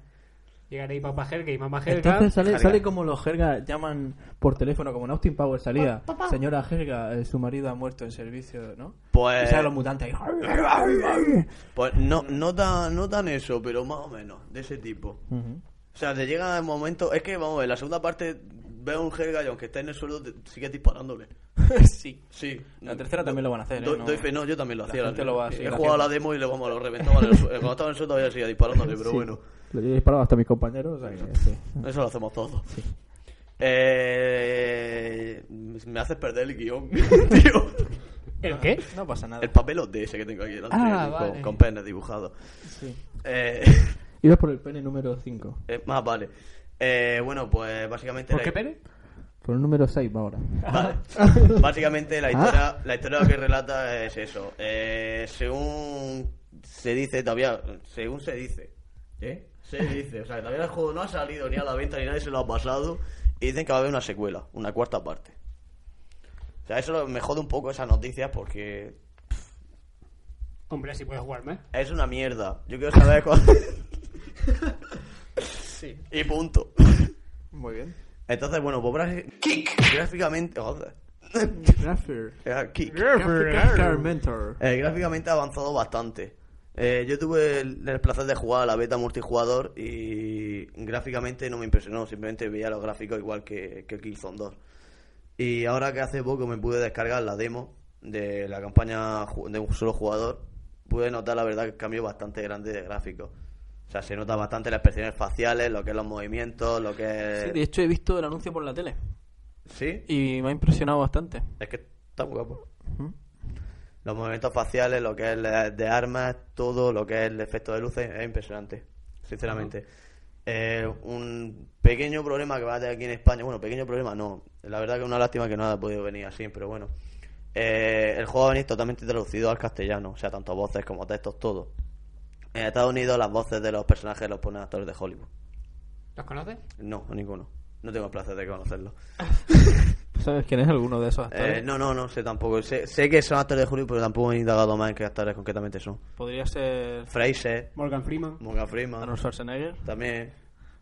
Llegaré y papá Helga y mamá Helga. Entonces sale, Jerga. sale como los jergas llaman por teléfono, como en Austin Power salía. Señora jerga, eh, su marido ha muerto en servicio, ¿no? Pues- Y salen los mutantes ahí. Pues no, no, tan, no tan eso, pero más o menos, de ese tipo. Ujú. O sea, te llega el momento, es que, vamos a ver, la segunda parte, veo un jerga y aunque esté en el suelo, te- sigues disparándole. sí. Sí. La tercera también lo van a hacer, ¿eh? Doy- No- doy fe, no, yo también lo la hacía. gente lo va a He seguir jugado a la haciendo. demo y le vamos, lo reventaba en el suelo. Cuando estaba en el suelo todavía seguía disparándole, pero bueno. Lo he disparado hasta a mis compañeros. o sea que sí. Eso lo hacemos todos. Eh, me haces perder el guión, tío. ¿El qué? No pasa nada. El papel de ese que tengo aquí delante, Ah, con, vale. con penes dibujados. Sí. Eh, Ibas por el pene número 5. eh, más vale. Eh, bueno, pues básicamente... ¿Por la- qué Pérez? Por el número 6 va ahora. Vale. Ah. Básicamente la historia, la historia que relata es eso. Eh, según se dice todavía, según se dice, ¿eh? Se dice, o sea, que todavía el juego no ha salido ni a la venta ni nadie se lo ha pasado y dicen que va a haber una secuela, una cuarta parte. O sea, eso me jode un poco esas noticias porque Hombre, así puedes jugar más. es una mierda. Yo quiero saber cuándo Sí. y punto. Muy bien. Entonces, bueno, pues gra- gráficamente, joder, Graffer. era kick. Mentor. Eh, gráficamente ha avanzado bastante. Eh, yo tuve el, el placer de jugar a la beta multijugador y gráficamente no me impresionó, simplemente veía los gráficos igual que, que el Killzone 2. Y ahora que hace poco me pude descargar la demo de la campaña ju- de un solo jugador, pude notar la verdad que el cambio bastante grande de gráficos. O sea, se nota bastante las expresiones faciales, lo que es los movimientos, lo que es... Sí, de hecho he visto el anuncio por la tele ¿Sí? y me ha impresionado bastante. Es que está muy guapo. Ujú. Los movimientos faciales, lo que es la- de armas, todo lo que es el efecto de luces, es impresionante, sinceramente. Eh, un pequeño problema que va a tener aquí en España, bueno, pequeño problema no, la verdad que es una lástima que no haya podido venir así, pero bueno. Eh, el juego va a venir totalmente traducido al castellano, o sea, tanto voces como textos, todo. En Estados Unidos las voces de los personajes los ponen actores de Hollywood. ¿Los conoces? No, ninguno. No tengo el placer de conocerlo. ¿Sabes quién es alguno de esos actores? Eh, no, no, no sé tampoco. Sé, sé que son actores de Hollywood, pero tampoco he indagado más en qué actores concretamente son. Podría ser Fraser, Morgan Freeman. Morgan Freeman, Arnold Schwarzenegger, también.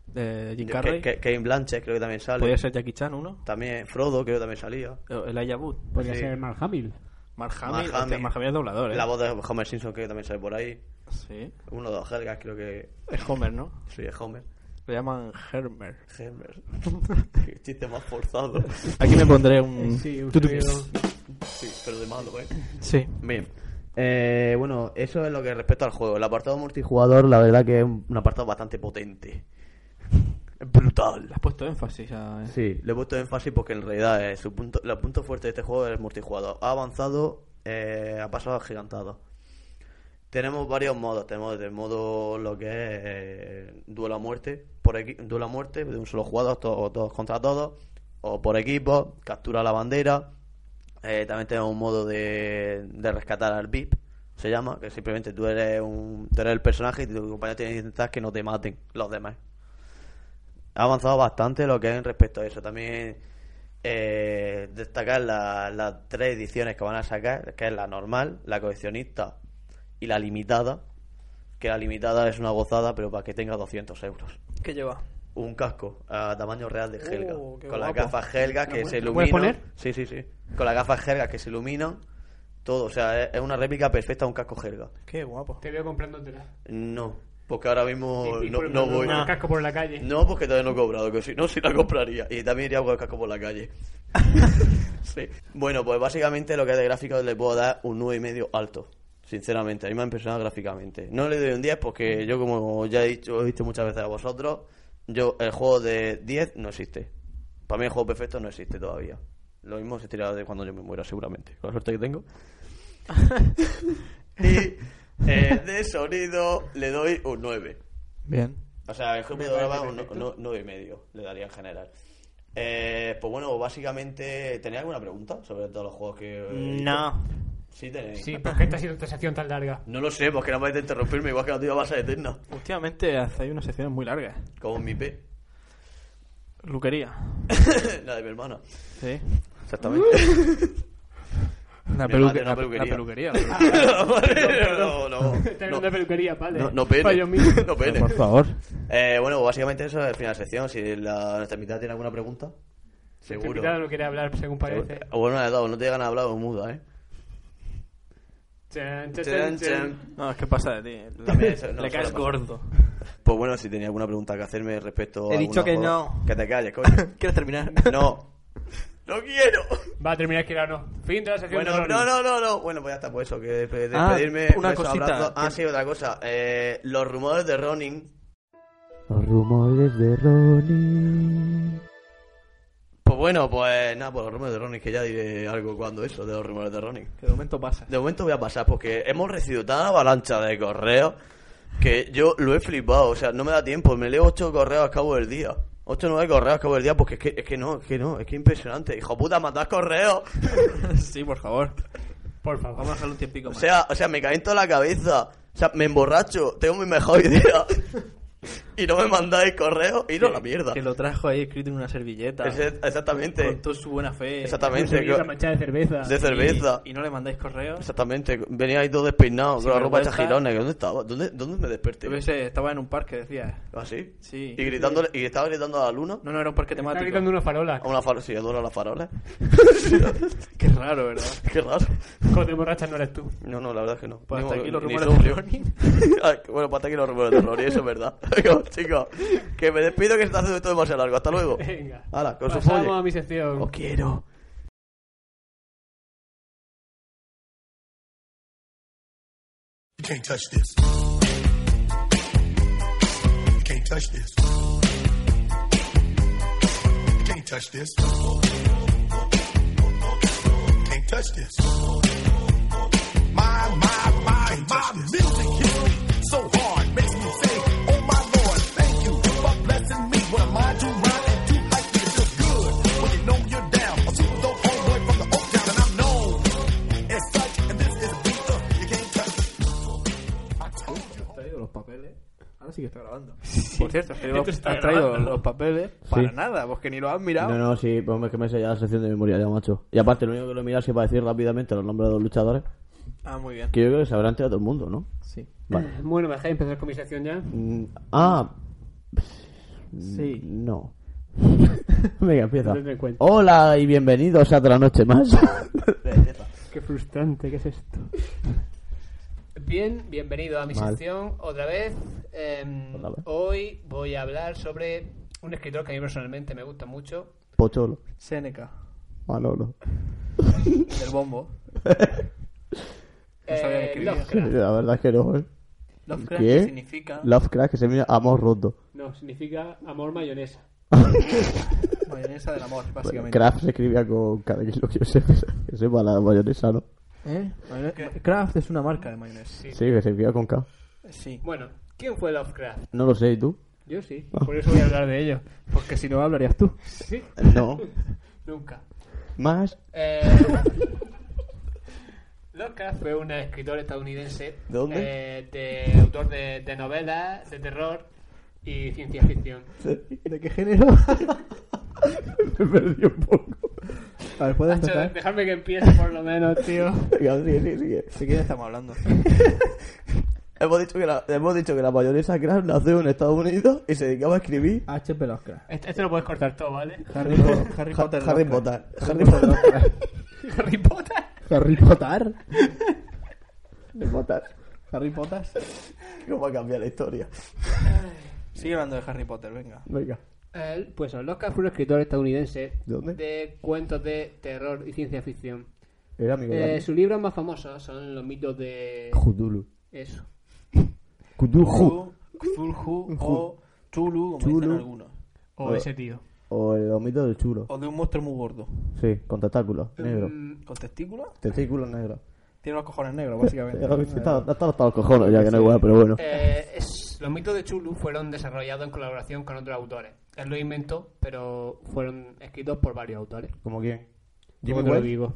de Jim Ke- Ah, Carrey. Ke- Kevin Blanchett creo que también sale. Podría ser Jackie Chan, uno. También Frodo creo que también salía. El Wood. Podría Sí. ser Mark Hamill. Mark Hamill. Mark hostia, Hamill. Mark Hamill es doblador, ¿eh? La voz de Homer Simpson creo que también sale por ahí. Sí. Uno de los Helgas creo que... Es Homer, ¿no? Sí, es Homer. Lo llaman Hermer. Helmer. qué chiste más forzado. Aquí me pondré un... Sí, un Tutu. sonido. Sí, pero de malo, ¿eh? Sí. Bien. Eh, bueno, eso es lo que respecta al juego. El apartado multijugador, la verdad que es un un apartado bastante potente. Brutal. Le has puesto énfasis a... Sí, le he puesto énfasis porque en realidad eh, su punto, el punto fuerte de este juego es el multijugador. Ha avanzado, eh, ha pasado agigantado. Tenemos varios modos. Tenemos el modo lo que es eh, duelo a muerte, por equi- duelo a muerte de un solo jugador, to- o todos contra todos, o por equipo, captura la bandera. Eh, también tenemos un modo de, de rescatar al VIP, se llama, que simplemente tú eres, un, tú eres el personaje y tu compañero tiene que intentar que no te maten los demás ha avanzado bastante lo que es en respecto a eso. También eh, destacar la- las tres ediciones que van a sacar, que es la normal, la coleccionista y la limitada. Que la limitada es una gozada, pero para que tenga 200 euros. ¿Qué lleva? Un casco a tamaño real de Helga. Oh, qué con las guapo. gafas Helga ¿Lo que puedes- se lo iluminan. puedes poner? Sí, sí, sí. Con las gafas Helga que se iluminan. Todo, o sea, es- es una réplica perfecta de un casco Helga. Qué guapo. Te veo comprándotela. No, porque ahora mismo Y- y no, por- no voy. con El casco por la calle. No, porque todavía no he cobrado, que si no, sí la compraría. Y también iría con el casco por la calle. sí. Bueno, pues básicamente lo que es de gráfico le puedo dar un 9,5 alto. Sinceramente, a mí me ha impresionado gráficamente. No le doy un 10 porque yo, como ya he dicho, he visto muchas veces a vosotros, yo el juego de 10 no existe. Para mí el juego perfecto no existe todavía. Lo mismo se tirará de cuando yo me muera, seguramente. Con la suerte que tengo. y Eh, de sonido le doy un 9. Bien. O sea, el Júpiter Dorado un 9,5 medio le daría en general. Eh, pues bueno, básicamente, ¿tenéis alguna pregunta sobre todos los juegos que... he dicho? No. Sí, tenéis. Sí, ¿por qué esta ha sido esta sección tan larga? No lo sé, porque no vais a interrumpirme, igual que no te iba a pasar eterna. Últimamente hacéis unas secciones muy largas. Como en mi P. Luquería. la de mi hermana. Sí. Exactamente. La, Mi madre, peluque- una la- peluquería. la peluquería. no, no, Está en una peluquería, vale. no. No Para pene. ellos mismos. No pene. Por favor. Eh, bueno, básicamente eso es el final de sección. Si la, nuestra mitad tiene alguna pregunta, Este seguro. invitado no quiere hablar, según parece. Seguro. Ah, Bueno, de dos, no te llegan a hablar o muda, ¿eh? Chan, chan, Chan, chan, chan. chan. No, es que pasa de ti. También eso, no, suele Le caes pasar. gordo. Pues bueno, si tenía alguna pregunta que hacerme respecto a. He dicho algunos que juegos- no. Que te calles, coño. ¿Quieres terminar? no. ¡No quiero! Va a terminar que o no. Fin de la sección. Bueno, de Rory. no, no, no, no. Bueno, pues ya está, pues eso, que despe- Ah, despedirme. una beso, cosita. abrazo. Ah, sí, otra cosa. Eh, los rumores de Ronin. Los rumores de Ronnie. Pues bueno, pues nada, por los rumores de Ronin, que ya diré algo cuando eso, de los rumores de Ronin. Que de momento pasa. De momento voy a pasar porque hemos recibido tan avalancha de correos que yo lo he flipado. O sea, no me da tiempo. Me leo ocho correos al cabo del día. Ocho o nueve correos al cabo del día porque es que, es que no, es que no, es que impresionante. Hijo puta, mandad correos. sí, por favor. Por favor. Vamos a dejarlo un tiempico O más. sea, o sea, me caliento la cabeza. O sea, me emborracho. Tengo mi mejor idea. Y no me mandáis correos. Y no a la mierda. Que lo trajo ahí escrito en una servilleta. Ese- Con Exactamente. toda su buena fe. Exactamente. Una manchada de cerveza. De cerveza. Y, y no le mandáis correos. Exactamente. Venía ahí todo despeinado Sin con la ropa hecha vergüenza. girones. ¿Dónde estaba? ¿Dónde, dónde me desperté? Yo qué sé, estaba en un parque, decía. ¿Ah, sí? Sí. Y, gritándole, y estaba gritando a la luna. No, no, era un parque Está temático. gritando una farola. A una farola, sí, adoro las farolas. Qué raro, ¿verdad? Qué raro. Con de borracha no eres tú. No, no, la verdad es que no. Pues hasta Ni- aquí los ni rumores de sobrio. Ronin. Ay, bueno, pues hasta aquí los rumores de Ronin, eso es verdad. Venga, chicos, que me despido que se está haciendo esto demasiado largo. Hasta luego. Venga. Hala, con su Pasamos a folle. mi sección. Os quiero. Can't touch this. Can't touch this. Can't touch this. Can't touch this. My, my, my, my music hits me so hard. Makes me say, oh my lord, thank you for blessing me. What am I to rhyme and to like it? It feels good when you know you're down. A super dope homeboy from the Oak Town and I'm known as such. And this is a beat up. You can't touch Has traído los papeles. Ahora sí que está grabando. Por cierto, has traído, Esto está has traído grabando. los papeles para Sí. nada, porque ni los has mirado. No, no, sí, pues es que me sé ya la sección de memoria ya, macho. Y aparte, lo único que lo miras es para decir rápidamente los nombres de los luchadores, Ah, muy bien. que yo creo que se habrán tirado todo el mundo, ¿no? Sí. Vale. Bueno, pues, me dejáis empezar con mi sección ya. Mm, ah, mm, Sí. no. Venga, empieza. No te cuento. Hola y bienvenidos a otra noche más. Qué frustrante, ¿qué es esto? Bien, bienvenido a mi Mal. sección otra vez. Em, Otra vez. Hoy voy a hablar sobre un escritor que a mí personalmente me gusta mucho. Pocholo. Seneca. Manolo. Del bombo. Eh, sabía que escribía. Lovecraft. La verdad es que no, ¿eh? Lovecraft ¿Qué? que significa... Lovecraft que se mira amor roto. No, significa amor mayonesa. Mayonesa del amor, básicamente. Craft se escribía con cada que es lo que yo sé, que sepa la mayonesa, ¿no? ¿Eh? Mayone- Kraft es una marca de mayonesa. Sí, que se escribía con K. Sí. Bueno, ¿quién fue Lovecraft? No lo sé, ¿y tú? Yo sí, Oh. por eso voy a hablar de ello. Porque si no hablarías tú. Sí, No. nunca. Más. Eh, Lovecraft fue un escritor estadounidense ¿De dónde? eh, de autor de, de novelas, de terror y ciencia ficción. ¿De qué género? Me perdí un poco. A ver, ¿puedes Hacho, empezar? Dejadme que empiece por lo menos, tío. Venga, sigue, sigue, sigue. ¿De qué estamos hablando? Hemos dicho que la, hemos dicho que la mayonesa Kraft nació en Estados Unidos y se dedicaba a escribir Ah, H.P. Lovecraft. Esto, esto Este, lo puedes cortar todo, ¿vale? Harry, Po- Harry Ha- Potter. Harry Lovecraft. Potter. Harry Potter. Harry Potter. Harry Potter. Harry Potter. Harry Potter. ¿Cómo va a cambiar la historia? Sigue hablando de Harry Potter, venga. Venga. Eh, pues Lovecraft fue un escritor estadounidense ¿De dónde? de cuentos de terror y ciencia ficción. Era amigo Eh, de sus libros más famosos son los mitos de... Cthulhu. Eso. Cthulhu. Cthulhu o Chulu, como dicen Chulu. algunos. O ese tío. O el omito del chulo. O de un monstruo muy gordo. Sí, con tentáculos. Negro. Mm, ¿Con testículos? Testículos negros. Tiene los cojones negros, básicamente. Están hasta los cojones, ya que no es igual, pero bueno. Eh, es- los mitos de Chulu fueron desarrollados en colaboración con otros autores. Él los inventó, pero fueron escritos por varios autores. ¿Como quién? Luego te lo digo.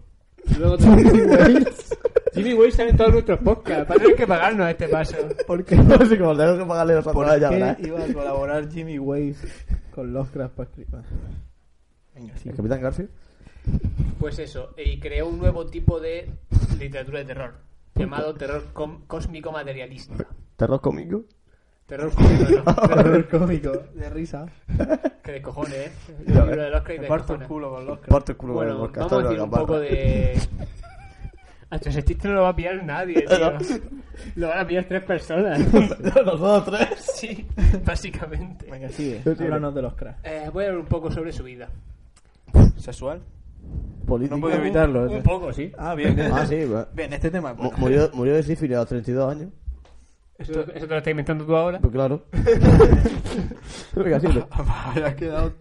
Luego te lo digo. Jimmy Wales. Jimmy Wales sale en todos nuestros podcasts. Va a tener que pagarnos este paso. Porque no sé cómo tengo que pagarle los ¿Por atrás ya, ¿verdad? qué iba a colaborar Jimmy Wales con Lovecraft para escribir? Venga, sí. ¿El Capitán Garfield? Pues eso, y creó un nuevo tipo de literatura de terror, llamado terror com- cósmico materialista. ¿Terror cómico? Terror cósmico, no. Terror cómico, de risa. que de cojones, ¿eh? El Ya ves. libro de los Me créditos. parto el culo con Lovecraft. Parte el culo Bueno, con el vamos castor a y decir la un barra. poco de... Hacho, ese chiste no lo va a pillar nadie, tío. Lo van a pillar tres personas. Nosotros tres. sí, básicamente. Venga, sigue. Tú tienes. Háblanos de los cracks. Eh, voy a hablar un poco sobre su vida. ¿Sexual? Político. No puedo evitarlo. Un poco, sí. Ah, bien. bien. Ah, sí, va. Bien, este tema. es Mu- bueno. Murió, murió de sífilis a los 32 años. Eso, eso te lo estás inventando tú ahora. Pues claro. Venga, síguelo. Vaya, ha quedado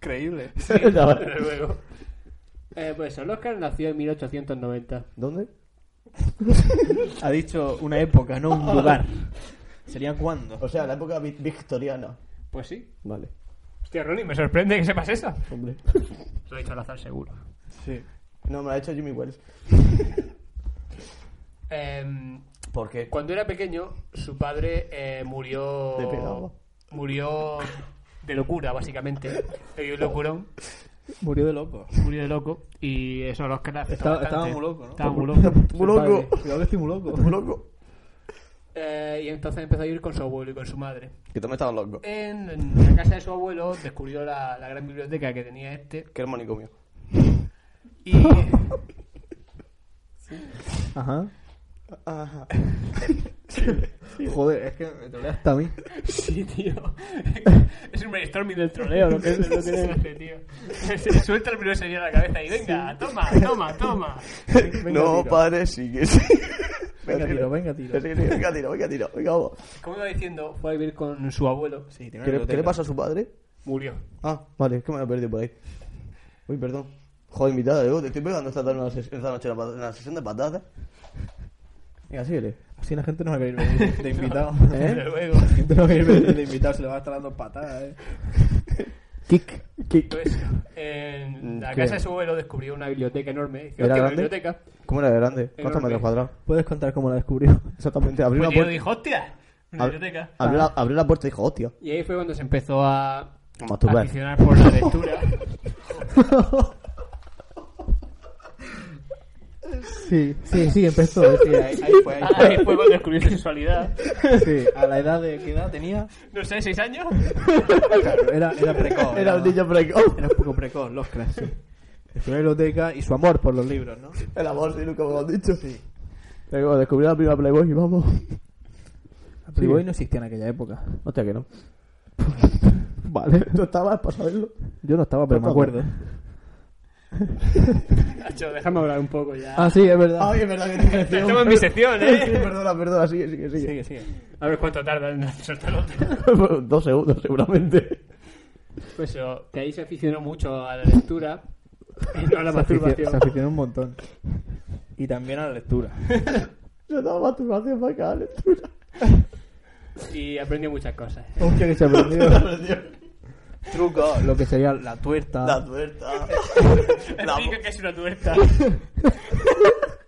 creíble. Ya va. Desde luego. Eh, pues el Oscar nació en 1890. ¿Dónde? Ha dicho una época, no un lugar. ¿Sería cuándo? O sea, la época vi- victoriana. Pues sí. Vale, Hostia, Ronnie, me sorprende que sepas eso. hombre. Lo he dicho al azar, seguro. Sí. No, me lo ha hecho Jimmy Wells. ¿Por qué? Em, cuando era pequeño, su padre eh, murió... Te pegaba. Murió de locura, básicamente. Le dio un locurón. Murió de loco. Murió de loco. Y eso los Oscar afectó Estaba, bastante. estaba muy loco, ¿no? Estaba muy loco. Muy loco. Padre, Cuidado que estoy muy loco. Muy loco. Eh, y entonces empezó a vivir con su abuelo y con su madre. Que también estaban locos. En, en la casa de su abuelo descubrió la, la gran biblioteca que tenía este. Que era el manicomio. Y Ajá. Joder, es que me trolea hasta a mí. Sí, tío. Es un brainstorming del troleo lo que es lo que es este tío. Se suelta el primero sería la cabeza y venga, toma, toma, toma. no, padre, sigue, sigue. Venga, tiro, venga, tiro. Sigue, sigue, Venga, tiro, venga, tiro. Venga, vamos. Como iba diciendo, fue a vivir con su abuelo. Sí, tiene una ¿Qué le, qué le biblioteca. pasa a su padre? Murió. Ah, vale, es que me lo he perdido por ahí. Uy, perdón. Joder, invitada, yo te estoy pegando esta tarde una ses- esta noche la pat- una sesión de patatas. Venga, síguele. Así la gente no va a querer venir de invitado. Desde ¿Eh? luego. La gente no va a querer venir de invitado, se le va a estar dando patadas, ¿eh? Kick. Kick. Pues, Mm, en la ¿Qué? casa de su abuelo descubrió una biblioteca enorme. Dice, ¿Era "Hostia, una grande? biblioteca. Pues ¿Cómo era de grande? ¿Cuántos Enorme. metros cuadrados? ¿Puedes contar cómo la descubrió? Exactamente, abrió Pues la yo puerta. dijo, hostia, una ab- biblioteca. abrió, la, abrió la puerta y dijo, hostia. Y ahí fue cuando se empezó a A masturbar. aficionar por la lectura. Sí, sí, sí, empezó. Sí, ahí, ahí fue, ahí Ahí fue cuando descubrió sensualidad. fue. Sí, a la edad de... ¿Qué edad tenía? No sé, ¿seis años? Claro, era, era precoz. Era un niño precoz. Era un poco precoz, los cracks, sí. Descubrió la biblioteca y su amor por los libros, ¿no? El amor, sí, nunca me lo han dicho. Sí. Luego descubrí la primera Playboy y vamos. La Playboy no existía en aquella época. Hostia, que no. vale. ¿Tú estabas para saberlo? Yo no estaba, pero me No estaba. acuerdo. Nacho, déjame hablar un poco ya. Ah, sí, es verdad. Ay, es verdad que tienes que Estamos en mi sección, ¿eh? Perdona, perdona, sigue, sigue, sigue. Sigue, sigue. A ver cuánto tarda en soltar otro. Dos segundos, seguramente. Pues eso, que ahí se aficionó mucho a la lectura y no a la se, aficionó, se masturbación. aficionó un montón. Y también a la lectura. Yo estaba masturbación para cada lectura. Y aprendió muchas cosas. Hostia, que se aprendió. Truco, lo que sería la tuerta. La puerta. La Explica que es una tuerta.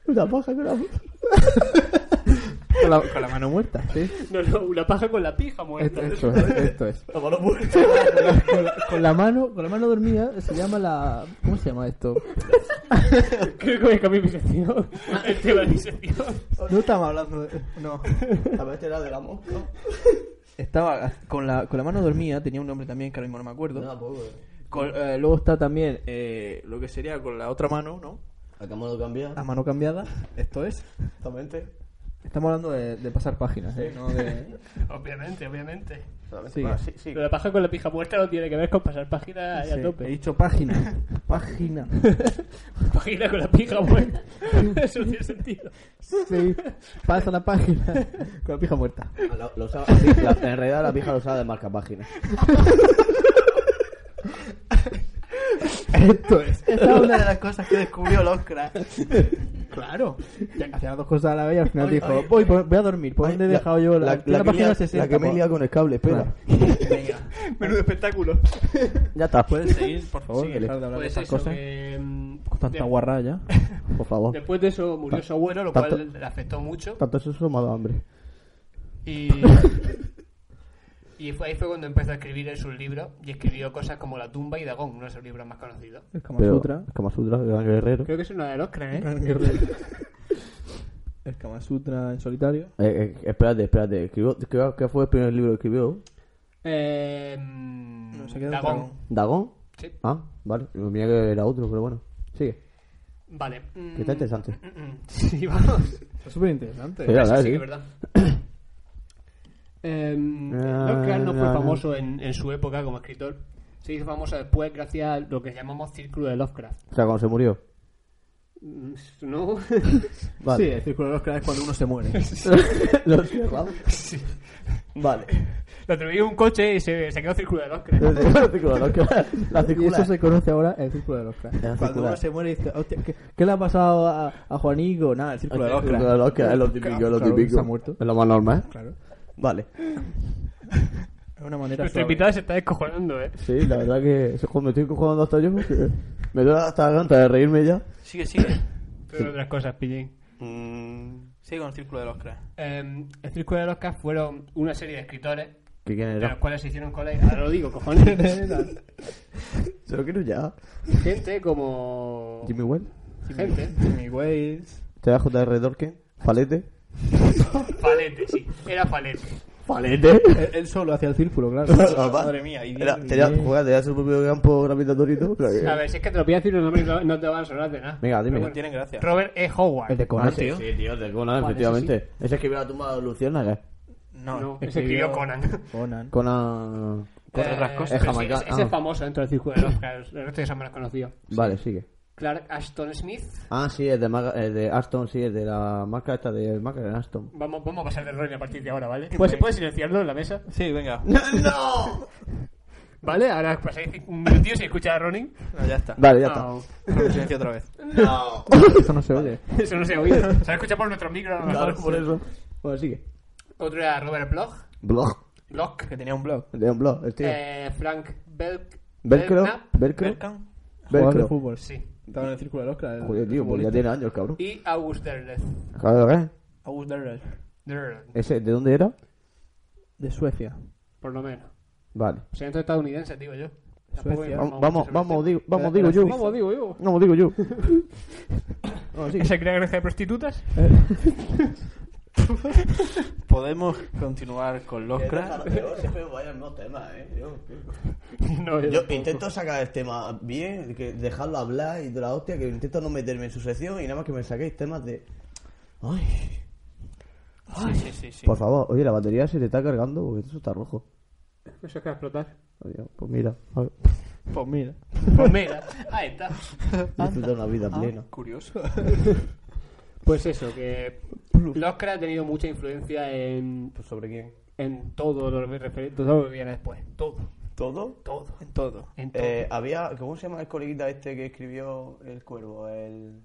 Una paja que una con, la, con la mano muerta, sí. No, no, una paja con la pija Esto, muerta. esto es, esto es. La mano muerta. Con la, con la- con la mano, con la mano dormida se llama la. ¿Cómo se llama esto? Creo que voy a cambiar mi sección. El tema de Este mi sección. No estamos hablando de. No. La bestia este era de la mosca. Estaba con la, con la mano dormida, tenía un nombre también que ahora mismo no me acuerdo. tampoco. Con- eh, luego está también eh, lo que sería con la otra mano, ¿no? Acabamos de cambiar. La mano cambiada, esto es. Exactamente. Estamos hablando de, de pasar páginas, ¿eh? No de... Obviamente, obviamente. Sí. Ah, sí, sí. Lo de la paja con la pija muerta no tiene que ver con pasar página ahí Sí, a He tope. dicho página. Página. Página con la pija muerta. Eso no tiene sentido. Sí. Pasa la página. Con la pija muerta. Lo- lo usaba- sí, Ah, la- en realidad la pija lo usaba de marca página. Esto es. Esta es una de las cosas que descubrió Lovecraft. Claro. Hacía las dos cosas a la vez y al final Ay, dijo, ay, voy, voy, voy a dormir. ¿Por Ay, dónde he la- dejado yo la, la, en la que me página lia- 60? la que me he pa. liado con el cable, espera. Menudo espectáculo. ya está. pues. ¿Puedes seguir, por favor? Sí, dejar de hablar de Pues esas eso, cosas. que, mm, Con tanta de- guarra ya. Por favor. Después de eso murió su abuelo, lo Tanto- cual le afectó mucho. Tanto eso eso me ha dado hambre. Y, y fue, ahí fue cuando empezó a escribir en sus libros. Y escribió cosas como La tumba y Dagón, uno de sus libros más conocidos. Es Kama Pero, Sutra. Kama Sutra, Gran Guerrero. Creo que es una de los ¿eh? Es Kama Sutra en solitario. Eh, eh, espérate, espérate. Escribió- escribió- ¿Qué fue el primer libro que escribió? Eh, mm, No, se queda un Dagón. ¿Dagón? Sí. Ah, vale. Mira que era otro, pero bueno. Sigue. Vale. Mm, Que está interesante. Sí, vamos. Es súper interesante. Sí, la verdad, Eso sí sí. que es verdad. Em, Lovecraft no fue Ah, famoso en, en su época como escritor. Se hizo famoso después gracias a lo que llamamos Círculo de Lovecraft. O sea, cuando se murió. Mm, ¿No? Sí, eh. el círculo de los cráneos es cuando uno se muere. Lo cierro. Vale. Lo atrevió un coche y se, se quedó Círculo de Lovecraft. La circular. La Y eso circular. se conoce ahora el círculo de los Era cráneos. Cuando circular. uno se muere dice, hostia, ¿qué, qué le ha pasado a, a Juanico? Nada, el círculo de los Circular cráneos. loca, Es lo típico, es lo Claro, típico. se ha muerto. Es lo más normal. Claro. Vale. Es una manera Nuestro suave. invitado se está descojonando, ¿eh? Sí, la verdad que eso, joder, me estoy cojonando hasta yo porque me duele hasta la garganta de reírme ya. Sigue, sigue. Pero otras cosas, pillín. Mm, Sigue con el círculo de los cranes. Em, el Círculo de Lovecraft fueron una serie de escritores ¿Qué quién de los era? cuales se hicieron colegas. Ahora lo digo, cojones. Se lo quiero ya. Gente Oh. como... Jimmy Well. Gente. Jimmy Wales. Te da JR Dorken. Falete. Falete, sí. Era Falete. Falete. Él, él solo hacia el círculo, claro. Madre mía. Y Era, tenía, juega, tenía su propio campo gravitatorio y todo. claro que- A ver, si es que te lo voy a decir los nombres no- no te van a sonar de nada. Venga, dime. Pero bueno. Tienen gracia. Robert E. El Howard. de Conan, sí, tío. sí, tío, de Conan, Vale, efectivamente. Ese escribió la tumba de Luciérnaga. No. No, ese escribió Conan. Conan. Conan. Con otras Eh, cosas. pero Es sí, jamaicano. ese- ese Ah. es famoso dentro del círculo de los Oscars. El resto ya son menos conocidos. Vale, sigue. Clark Ashton Smith. Ah, sí, es de, Maga- eh, de Aston, sí, es de la marca esta de marca de Aston. Vamos, vamos a pasar de rollo a partir de ahora, ¿vale? Pues se puede silenciarlo en la mesa. Sí, venga. ¡No! ¿Vale? Ahora pasáis un minutillo si escucha a Ronin. No, ya está. Vale, ya está. No, Lo silencio otra vez. ¡No! Eso no se oye. eso no se oye. Se ha escuchado por nuestro micro. a lo mejor. Claro, por eso. Bueno, sigue. Otro era Robert Bloch. Blog. Bloch. Que tenía un blog. De un blog, el tío. Eh, Frank Belk. Velcro. Belknap. Velcro. Berkan. Jugador de Velcro. fútbol. Sí. Estaba en el círculo de los cráneos. Joder, tío, pues ya tiene años, cabrón. Y August Derleth. Claro, ¿eh? August Derrell. Derleth, ¿Ese de dónde era? De Suecia. Por lo menos. Vale. O sea, estadounidense, digo yo. Tampoco me Suecia. Vamos, informo vamos, mucho sobre vamos, el digo, vamos, Era- digo era yo. tema. Vamos, digo yo. Vamos, digo yo. ¿Esa creencia de prostitutas? Podemos continuar con los este cranes. Siempre voy a los mismos temas, eh. Yo, No, Yo intento sacar el tema bien, que dejarlo hablar y de la hostia, que intento no meterme en su sección y nada más que me saquéis temas de. Ay, Sí, sí, sí. sí. Por favor, oye, la batería se te está cargando porque eso está rojo. Eso es Pues que va a explotar. Oye, pues mira, a ver, Pues mira. Pues mira, ahí está. disfruta una vida plena. Curioso. Pues eso, que Lovecraft ha tenido mucha influencia en, pues, ¿sobre quién? en todo lo que refer- todo lo que viene después. Todo, ¿Todo? todo, En todo. en todo. Eh, había. ¿Cómo se llama el coleguita este que escribió El Cuervo? El.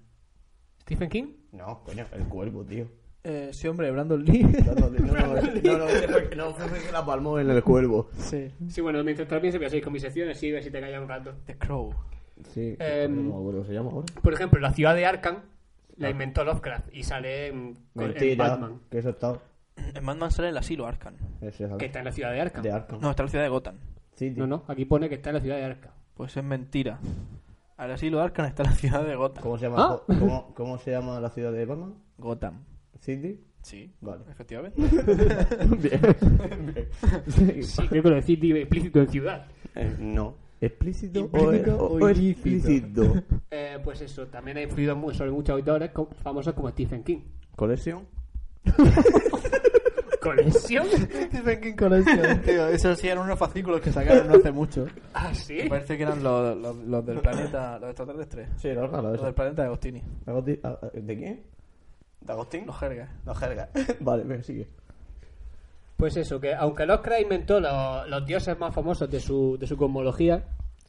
¿Stephen King? No, coño, El Cuervo, tío. Eh, sí, hombre, Brandon Lee. No, no, no, no, no, no, ese fue- no, fue el que la palmó en El Cuervo. sí. Sí, bueno, mientras también se voy a seguir con mis secciones, sí, a ver si te callas un rato. The Crow. Sí, Eh, no me acuerdo cómo se llama ahora. Por ejemplo, la ciudad de Arkham la inventó Lovecraft y sale en, con- en Mentira, Batman, que eso está. En Batman sale el asilo Arkham. Ese es que Arkham. está en la ciudad de Arkham. de Arkham. No, está en la ciudad de Gotham. City. No, no, aquí pone que está en la ciudad de Arkham. Pues es mentira. Al asilo Arkham está en la ciudad de Gotham. ¿Cómo se llama? Ah. ¿Cómo, cómo se llama la ciudad de Batman? Gotham. City. Sí. Vale. Efectivamente. Sí, creo que lo decís di- explícito en ciudad. Eh, no. ¿Explícito, Implícito o, o o ilícito? explícito? Eh, pues eso, también ha influido mu- sobre muchos autores co- famosos como Stephen King. ¿Colección? ¿Colección? Stephen King Collection. Tío, esos sí eran unos fascículos que sacaron no hace mucho. ¿Ah, Me sí? parece que eran los, los- los del planeta, los extraterrestres. Sí, lo raro ah, Los del planeta de Agostini. eh, ¿De quién? ¿De Agustín? Los jergas. No, jerga. Vale, me sigue. Pues eso, que aunque Lovecraft inventó lo- los dioses más famosos de su, de su cosmología,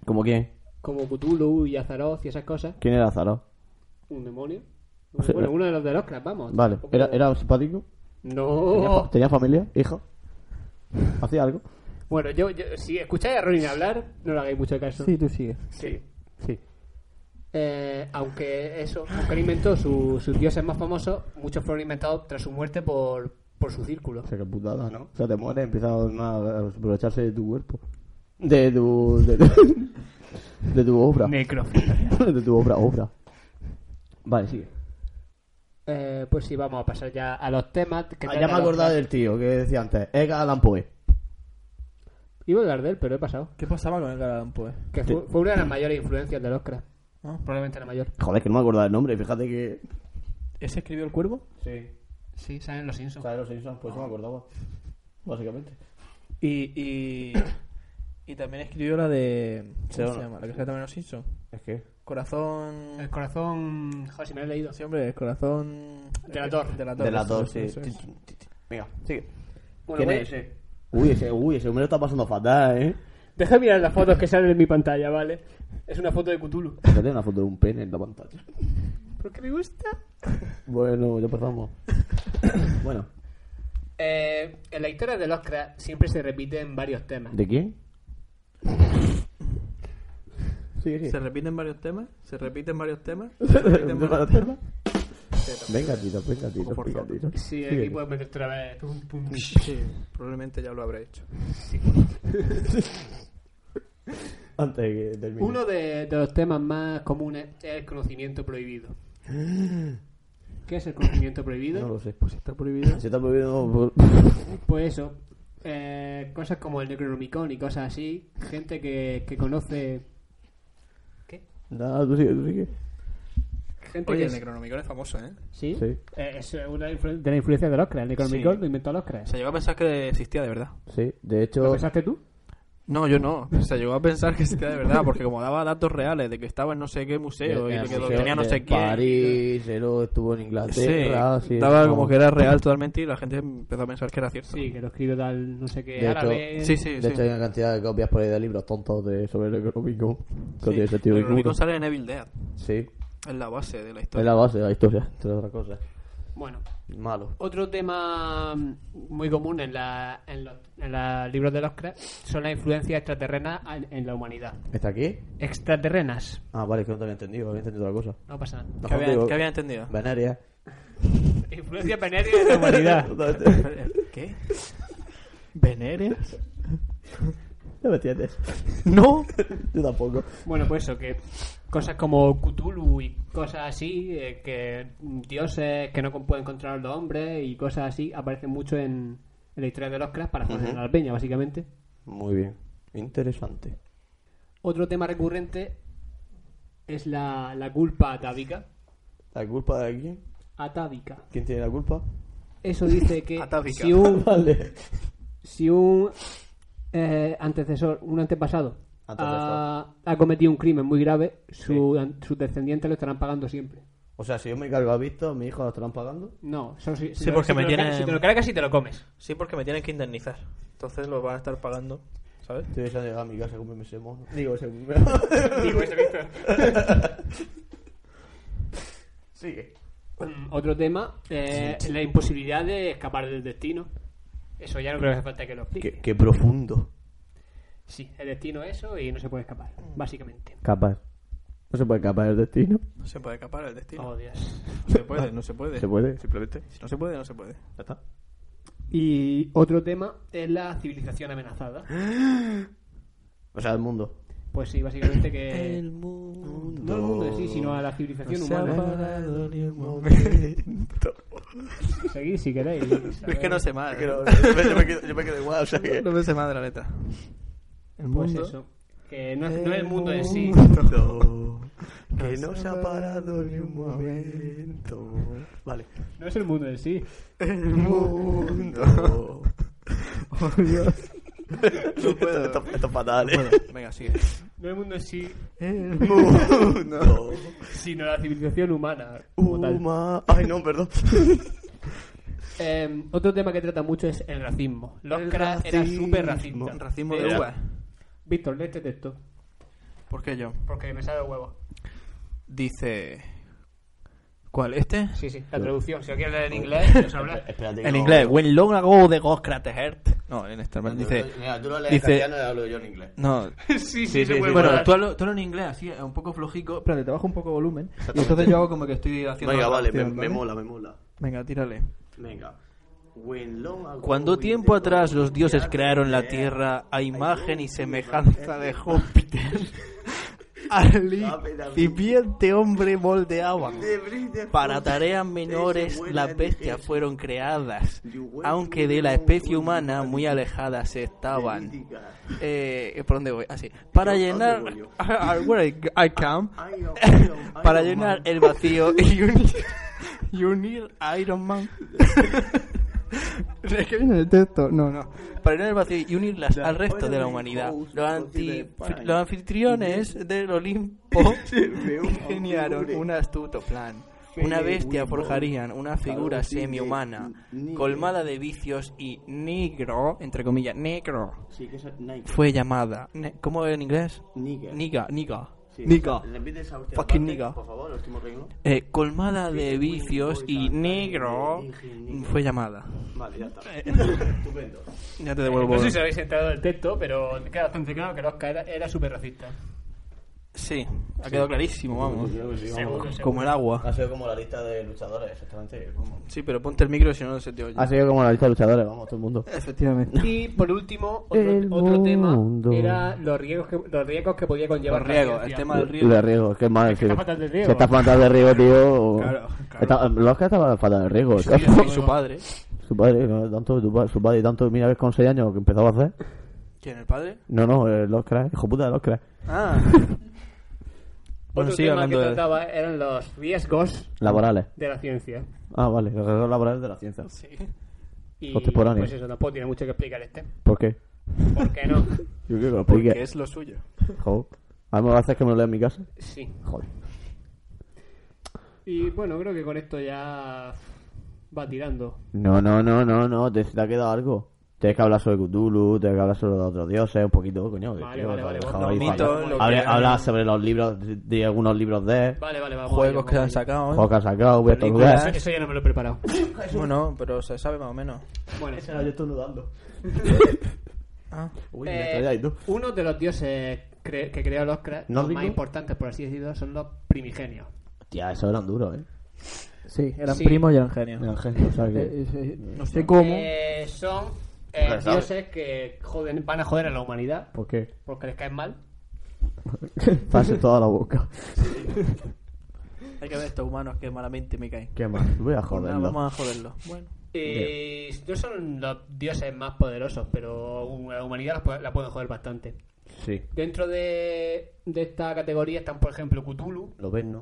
¿Cómo quién? como Cthulhu y Azaroth y esas cosas, ¿Quién era Zaro? un demonio, Bueno, uno de los del Oscar, vamos. Vale, Tampoco- ¿era, era simpático? ¿Tenía, fa- Oh. No. tenía familia? ¿Hija? ¿Hacía algo? Bueno, yo, yo- si escucháis a Ronin hablar, no le hagáis mucho caso. Sí, tú sigue. Sí, sí. Eh, aunque eso, aunque él inventó su- sus dioses más famosos, muchos fueron inventados tras su muerte por, por su círculo. O sea, qué putada, ¿no? O sea, te mueres, empiezas a a aprovecharse de tu cuerpo. De tu... De tu, de tu obra. Necrofilia. de tu obra, obra. Vale, sigue. Eh, pues sí, vamos a pasar ya a los temas. Que Ah, traen ya a me he los- acordado del tío que decía antes. Edgar Allan Poe. Iba a hablar de él, pero he pasado. ¿Qué pasaba con el Galadán, pues? Que Sí. fue, fue una de las mayores influencias del Oscar. Probablemente la mayor. Joder, que no me he acordado del nombre. Fíjate que... ¿Ese escribió el cuervo? Sí. Sí, saben los Simpsons. de los Simpsons? Pues no me acordaba. Básicamente. Y, y, y también escribió la de... Sí, o ¿Cómo se no. llama? La que se también los Simpson. Es que... Corazón... El corazón. Joder, si me lo he leído. Sí, hombre, el corazón... eh, Delator. Delator. De las dos, eso, Ah, sí. eso, eso. Venga, sigue. Bueno, ¿Quién voy- es ese? Uy, ese, uy, ese hombre lo está pasando fatal, ¿eh? Deja de mirar las fotos que salen en mi pantalla, ¿vale? Es una foto de Cthulhu. Fíjate una foto de un pene en la pantalla. ¿Por qué me gusta? Bueno, ya pasamos. bueno, Eh, en la historia del Oscar siempre se repiten varios temas. ¿de quién? Sí, ¿Se repiten varios temas? ¿Se repiten varios temas? Venga, Tito, venga, Tito, Por venga, favor. Tito. Sí, Sigue. aquí puedes meterte otra vez. Pum, pum. Sí, probablemente ya lo habré hecho. Antes de que termine. Uno de, de los temas más comunes es el conocimiento prohibido. ¿Qué es el conocimiento No prohibido? lo sé. Pues está prohibido. Se está moviendo por... Pues eso, eh, cosas como el Necronomicon y cosas así, gente que, que conoce... ¿Qué? Nada, tú sigue, tú sigue. Gente Oye, que el es- Necronomicon es famoso, ¿eh? ¿Sí? Sí. Eh, es una influ- de la influencia de Oscar. El Necronomicon Sí. lo inventó Oscar. Se llegó a pensar que existía de verdad. Sí, de ¿Lo hecho... pensaste tú? No, yo no. Se llegó a pensar que existía de verdad, porque como daba datos reales de que estaba en no sé qué museo y en de que lo museo tenía no de sé quién. París, él estuvo en Sí, Inglaterra. Sí, daba no. como que era real totalmente y la gente empezó a pensar que era cierto. Sí, que lo escribió tal no sé qué De hecho- árabe. sí, sí. De hecho, sí. hay una cantidad de copias por ahí de libros tontos de sobre el económico. Que Sí. tiene sentido El Necronomicon ninguno. sale en Evil Dead. Sí, Es la base de la es historia. la base de la historia, entre otras cosas. Bueno, Malo. otro tema muy común en, la, en, los, en los libros de Oscar son las influencias extraterrenas en, en la humanidad. ¿Está aquí? Extraterrenas. Ah, vale, es que no te había entendido, había entendido otra cosa. No pasa nada. ¿Qué, Mejor habían, digo, qué habían entendido? Veneria. Influencias venéreas en la humanidad. Totalmente. ¿Qué? ¿Veneres? No me entiendes. No. Yo tampoco. Bueno, pues eso, que cosas como Cthulhu y cosas así, eh, que mm, dioses que no con- pueden controlar los hombres y cosas así, aparecen mucho en, en la historia de Oscar para joder a la peña, básicamente. Muy bien. Interesante. Otro tema recurrente es la, la culpa atávica. ¿La culpa de quién? Atávica. ¿Quién tiene la culpa? Eso dice que Atávica. si un, Vale. si un eh, antecesor, un antepasado, Antecesor. Ha, ha cometido un crimen muy grave, su, an- sus descendientes lo estarán pagando siempre. O sea, si yo me cargo a Visto, mis hijos lo estarán pagando. No, solo si, si Sí, lo- porque si te me lo tienen- ca- si te lo cargas y te lo comes. Sí, porque me tienen que indemnizar. Entonces lo van a estar pagando, ¿sabes? Estoy deseando llegar a mi casa a comerme ese mono. Digo, ese Digo eso, Víctor. Sigue. Mm, Otro tema, eh, la imposibilidad de escapar del destino. Eso ya no creo que hace falta que lo explique. Qué, qué profundo. Sí, el destino es eso y no se puede escapar, básicamente. Capaz. No se puede escapar del destino. No se puede escapar el destino. Oh, Dios. No se puede, no se puede. Se puede. Simplemente. Si no se puede, no se puede. Ya está. Y otro tema es la civilización amenazada. O sea, el mundo. Pues sí, básicamente Eh, que... No al mundo en sí, sino a la civilización humana. Seguid si queréis. Es que no sé más. Pero yo me quedo, yo me quedo igual, o sea que... No me sé más de la letra. El Pues mundo. eso. Que no es, no es Eh, el mundo en sí. que no se ha parado ni un momento. Vale. No es el mundo en sí. El mundo. No puedo. Esto, esto es fatal, Bueno, eh. venga, sigue. No es el mundo en sí, El mundo. sino la civilización humana. como tal. Uma. Ay, no, perdón. Eh, otro tema que trata mucho es el racismo. Lovecraft era racismo. súper racista. Racismo de Era- uva. Víctor, lee este texto. ¿Por qué yo? Porque me sabe huevo. Dice... ¿Cuál? ¿Este? Sí, sí, la traducción. Si lo quieres leer en inglés, nos hablas. Espérate que En no- inglés. When long ago the gods created Earth. No, en este. Mira, Dice... tú- mira, tú lo lees dice- en castellano y hablo yo en inglés. No. Sí, sí, se puede Bueno, parar. tú hablo, tú hablo en inglés, así, eh, un poco flojico. Espérate, te bajo un poco el volumen. Y Exactamente. entonces yo hago como que estoy haciendo... Venga, la vale, me, traducción, me ¿vale? mola, me mola. Venga, tírale. Venga. When long ago Cuando we tiempo did atrás not los dioses create crearon la the tierra a imagen glory y semejanza de Júpiter, al incipiente hombre moldeaban. The breeze Para that tareas menores las bestias fueron creadas, aunque de la especie humana muy alejadas se estaban. Eh, ¿Por dónde voy? Así. Para llenar... Ah, Where I, I come. oh, Para llenar el vacío y unir, y unir a Iron Man. Es que viene el texto. No, no. Para llenar el vacío y unirlas al resto de la humanidad. Los, anti- los anfitriones del Olimpo geniaron un astuto plan. Una bestia forjarían una figura semi-humana, colmada de vicios y negro, entre comillas, negro. Sí, que es Nike. Fue llamada. ne- ¿Cómo en inglés? Nigger. Niga, niga. Sí, Niga. ¿Le pides a usted Fucking aparte, nigga. Por favor, el último renglón. Eh, colmada de vicios y negro fue llamada. Pues Vale, ya está. Eh. Estupendo. Ya No te devuelvo. sé si habéis enterado del texto, pero queda bastante claro que Oscar era, era súper racista. Sí, ha quedado clarísimo, vamos. Seguro, seguro. Como el agua. Ha sido como la lista de luchadores, exactamente. como- Sí, pero ponte el micro si no, no se te oye. Ah, Ha sido como la lista de luchadores, vamos, todo el mundo. Efectivamente. Y por último, otro, El otro tema mundo. era los riesgos que, los riesgos que podía conllevar. Los riegos, la el ciencia. tema del riego. De riego, qué mal. sí. está fatal de riego. Se está fatal de riego, tío. Claro, claro. Está- los que estaban fatal de riego. Y su- y su padre. Su padre, no, tanto, tu pa- su padre, tanto, mira, ves con 6 años que empezaba a hacer. ¿Quién, el padre? No, no, eh, los crack, hijo puta de los crack. Ah. Otro bueno, sigue tema que hablando de... trataba eran los riesgos Laborales. de la ciencia. Ah, vale, los riesgos laborales de la ciencia. Y Contemporáneo. pues eso, tampoco tiene mucho que explicar este. ¿Por qué? ¿Por qué no? Yo creo que lo Porque explique. es lo suyo. Joder. A mí me haces que me lo lea en mi casa. Sí. Joder. Y bueno, creo que con esto ya va tirando. No, no, no, no, no, te, te ha quedado algo. Tienes que hablar sobre Cthulhu, tienes que hablar sobre los otros dioses, un poquito, coño. que Vale, tío, vale, vale, dejado vos ahí los para- mitos, lo Habla, que- habla sobre los libros, de, de algunos libros de... Vale, vale, vamos. Juegos allá, que han vamos allá. sacado. ¿eh? Juegos que han sacado, voy a Películas. estornudar. Eso, eso ya no me lo he preparado. Bueno, pero se sabe más o menos. Bueno, Yo estoy nudando. Ah. Uy, me eh, estoy ahí, tú. uno de los dioses cre- que creó los, cra- los ¿Nórdico? más importantes, por así decirlo, son los primigenios. Tía, eso eran duros, eh. Sí, eran Sí. primos y eran genios. Eran genios, o sea que- Eh, eh, no sé cómo. Eh, son eh, Pues, Vale, sabe. dioses que joden, van a joder a la humanidad ¿Por qué? porque les caen mal. Pase toda la boca. Hay que ver estos humanos que malamente me caen. ¿Qué más? Voy a Pues nada, joderlo. vamos a joderlo. Bueno. Y Eh, no son los dioses más poderosos, pero la humanidad los pu- la pueden joder bastante. Sí. Dentro de, de esta categoría están, por ejemplo, Cthulhu. Lo ves, ¿no?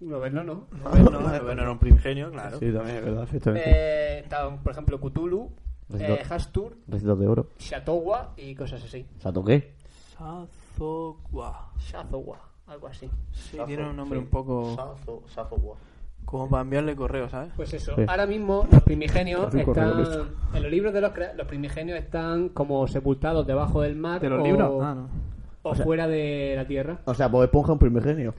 No, no, no. Bueno, bueno, era un primigenio, claro. Sí, también, es verdad, efectivamente. Eh, están, por ejemplo, Cthulhu, eh, Resident- Hastur, Recitos de oro. Shatowa y cosas así. ¿Se toqué? Sazogua. Shatowa, algo así. Sí, tiene un nombre un poco Sazo, Safo, guau. como para enviarle correo, ¿sabes? Pues eso, Sí. ahora mismo los primigenios Rico, rico, están. En los libros de los cra- los primigenios están como sepultados debajo del mar. ¿De los o, libros? Ah, no. o fuera de la tierra. O sea, Bob Esponja un primigenio.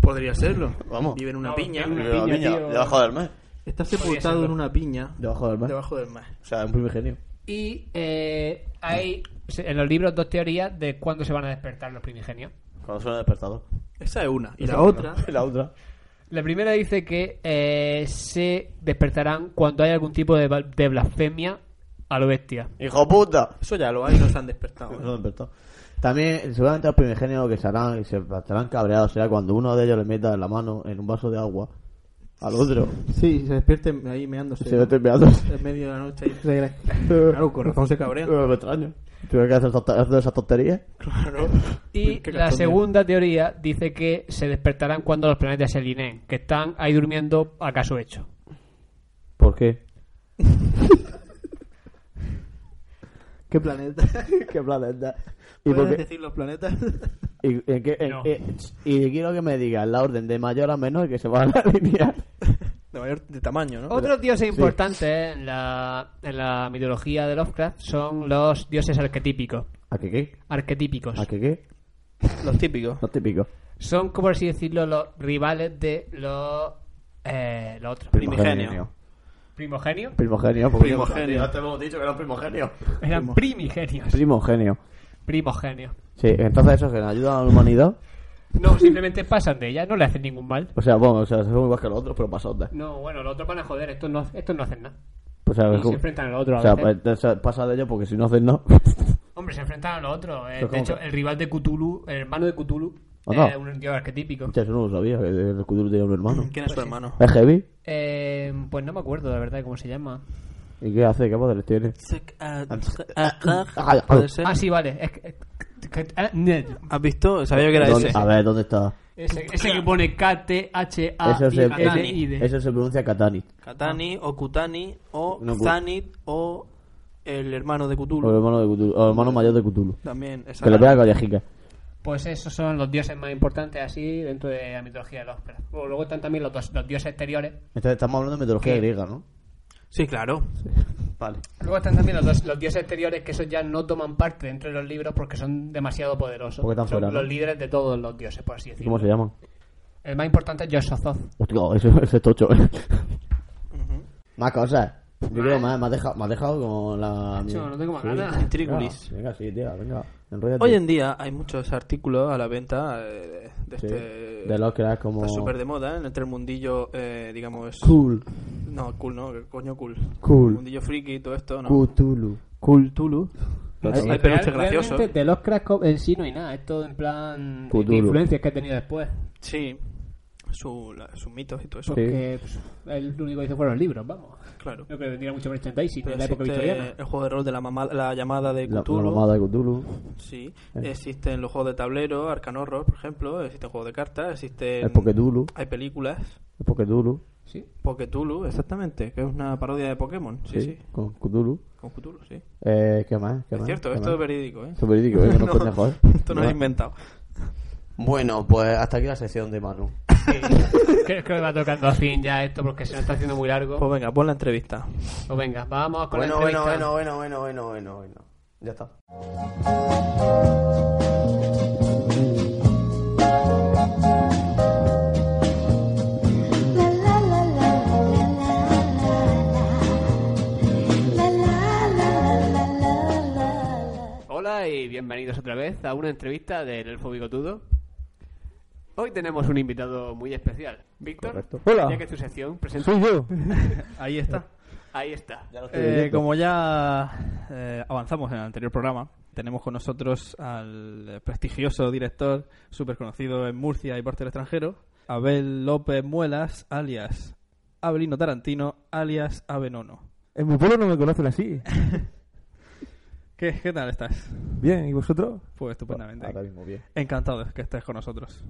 Podría serlo. Vamos. Vive en una Vamos, piña. en una- Pero, piña, niña, tío. debajo del mes. Está serlo. sepultado en una piña Debajo del mar. debajo del mar. O sea, un primigenio. Y eh, hay se- en los libros dos teorías de cuándo se van a despertar los primigenios. Cuando suena el despertador. Esa es una. Y la otra. La otra. La primera dice que eh, se despertarán cuando hay algún tipo de, bal- de blasfemia a lo bestia. ¡Hijo puta! Eso ya lo hay, no se han despertado. ¿eh? No despertó. También, seguramente los primigenios que se harán, se estarán cabreados será cuando uno de ellos le meta la mano en un vaso de agua al otro. Sí, se despierten ahí meándose. Se ve tempeando. En medio de la noche. ahí. Claro, con razón se cabrean. Me extraño. Tuve que hacer, tonta- hacer esa tontería. Claro. Y Pues Qué la cachondeo. segunda teoría dice que se despertarán cuando los planetas se alineen, que están ahí durmiendo acaso hecho. ¿Por qué? ¿Qué planeta? ¿Qué planeta? ¿Y, por ¿Puedes qué? decir los planetas? ¿Y, en qué- en- No. eh, y quiero que me digas la orden de mayor a menor que se van a alinear. De mayor de tamaño, ¿no? Otros dioses importantes en la, en la mitología de Lovecraft son los dioses arquetípicos. ¿A qué qué? Arquetípicos. ¿A qué qué? Los típicos. No típico. Son, como así decirlo, los rivales de los Eh, la otra. Primigenio. Primogenio. Primogenio. porque- Primogenio. Antes hemos dicho que era un primogenio. Eran primigenios. Primogenio. Primogenio. Sí, entonces eso que ayuda a la humanidad. No, simplemente pasan de ella, no le hacen ningún mal. O sea, bueno, o sea, son igual que los otros, pero más ondas. No, bueno, los otros van a joder, estos no, estos no hacen nada. O sea, es Se como- enfrentan al otro a o sea, veces. pues, o sea, pasa de ellos porque si no hacen no. Hombre, se enfrentan a los otros. Eh, Pero de ¿cómo hecho, que? el rival de Cthulhu, el hermano de Cthulhu, ¿O es no? un tío arquetípico. Hostia, eso no lo sabía, que el Cthulhu tenía un hermano. ¿Quién es tu hermano? ¿Es heavy? Eh, pues no me acuerdo, la verdad, cómo se llama. ¿Y qué hace? ¿Qué poderes tiene? ¿Puede ser? Ah, sí, vale. Es que- que- ah, ne- ¿Has visto? Sabía que era ¿Dónde- ese. A ver, ¿dónde está? Ese, ese que pone K, T, H, A, Eso I, se, N, I, D. eso se pronuncia Katani. Katani o Kutani o No, Kut- Zanit o el hermano de O el Cthulhu. hermano, de Cthulhu, o el hermano mayor de Cthulhu. También, Que le exacto. pega a Callajica. Pues esos son los dioses más importantes así dentro de la mitología de los Oscar. Bueno, luego están también los, dos- los dioses exteriores. Entonces estamos hablando de mitología ¿Qué? griega, ¿no? Sí, claro. Vale. Luego están también los, dos- los dioses exteriores que esos ya no toman parte dentro de los libros porque son demasiado poderosos. Porque están son fuera, ¿no? los líderes de todos los dioses, por así ¿Y decirlo. cómo se llaman? El más importante es Yoshozoth. Hostia, ese, ese es tocho. ¿eh? Más cosas. Yo creo, me, me, has dejado, me has dejado como la... Yo no tengo más Sí. ganas. Venga, Trigonis. venga, sí, tía, venga. Enrollate. Hoy en día hay muchos artículos a la venta eh, de Sí. este... De los que eras como... Está súper de moda, ¿eh? entre el mundillo, eh, digamos... Cool. No, cool no, que coño cool. Cool. Mundillo friki y todo esto, ¿no? Cthulhu. Cool Tulu. Hay- Hay peluches graciosos. Realmente de los cracks en sí no hay nada. Esto en plan Cthulhu. de influencias que ha tenido después. Sí. Su, la- sus mitos y todo eso. Sí. Que pues, el único que hizo fueron los libros, vamos. Claro. Yo creo que vendría mucho merchandising Pero en la época este existe victoriana. el juego de rol de la, mamá, la llamada de La, Cthulhu. la mamada Eh. de Cthulhu. Sí. Existen los juegos de tablero, Arcan Horror, por ejemplo. Existen juegos de cartas. Existen... El Pokédulu. Hay películas. El Pokédulu. Sí. Poketulu, exactamente. Que es una parodia de Pokémon. Sí, sí. Con Cthulhu. Con Cthulhu, sí. Eh, ¿qué más? ¿Qué Es más? cierto, ¿Qué esto es más? verídico, ¿eh? Esto es verídico, ¿eh? Que no, No, es pendejo, ¿eh? Esto no lo he inventado. Bueno, pues hasta aquí la sección de Manu. Creo, creo que va tocando a fin ya esto porque se nos está haciendo muy largo. Pues venga, pon la entrevista. Pues venga, vamos con Bueno, la bueno, entrevista. bueno, bueno, bueno, bueno, bueno, bueno. Ya está. Hola y bienvenidos otra vez a una entrevista del Elfo Bigotudo. Hoy tenemos un invitado muy especial. Víctor, Correcto. Hola. ya que es tu sección, presenta. Soy yo. Ahí está. Ahí está. Eh, pues- como ya eh, avanzamos en el anterior programa, tenemos con nosotros al prestigioso director, súper conocido en Murcia y parte del extranjero, Abel López Muelas, alias Abelino Tarantino, alias Avenono. En mi pueblo no me conocen así. ¿Qué, ¿Qué tal estás? Bien, ¿y vosotros? Pues estupendamente. Ahora mismo, bien. Encantado de que estés con nosotros.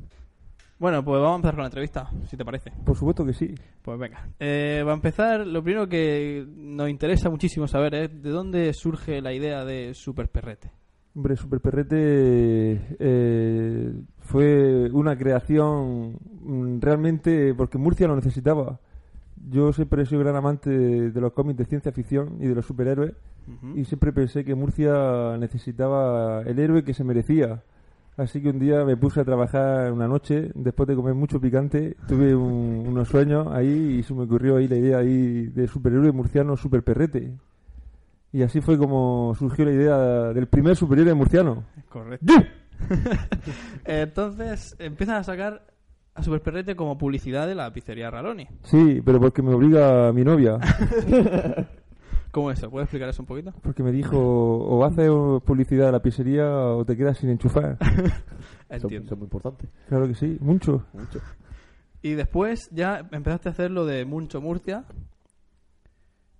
Bueno, pues vamos a empezar con la entrevista, si te parece. Por supuesto que sí. Pues venga. Eh, va a empezar, lo primero que nos interesa muchísimo saber es de dónde surge la idea de Super Perrete. Hombre, Super Perrete eh, fue una creación mm, realmente porque Murcia lo necesitaba. Yo siempre he sido gran amante de, de los cómics de ciencia ficción y de los superhéroes y siempre pensé que Murcia necesitaba el héroe que se merecía. Así que un día me puse a trabajar una noche, después de comer mucho picante, tuve un- unos sueños ahí y se me ocurrió ahí la idea ahí de superhéroe murciano, super perrete. Y así fue como surgió la idea del primer superhéroe murciano. Correcto. Entonces empiezan a sacar a Super Perrete como publicidad de la pizzería Raloni. Sí, pero porque me obliga mi novia. ¿Cómo es eso? ¿Puedes explicar eso un poquito? Porque me dijo, o haces publicidad a la pizzería o te quedas sin enchufar. Eso, Entiendo. eso es muy importante. Claro que sí, mucho. Mucho. Y después ya empezaste a hacer lo de Muncho Murcia.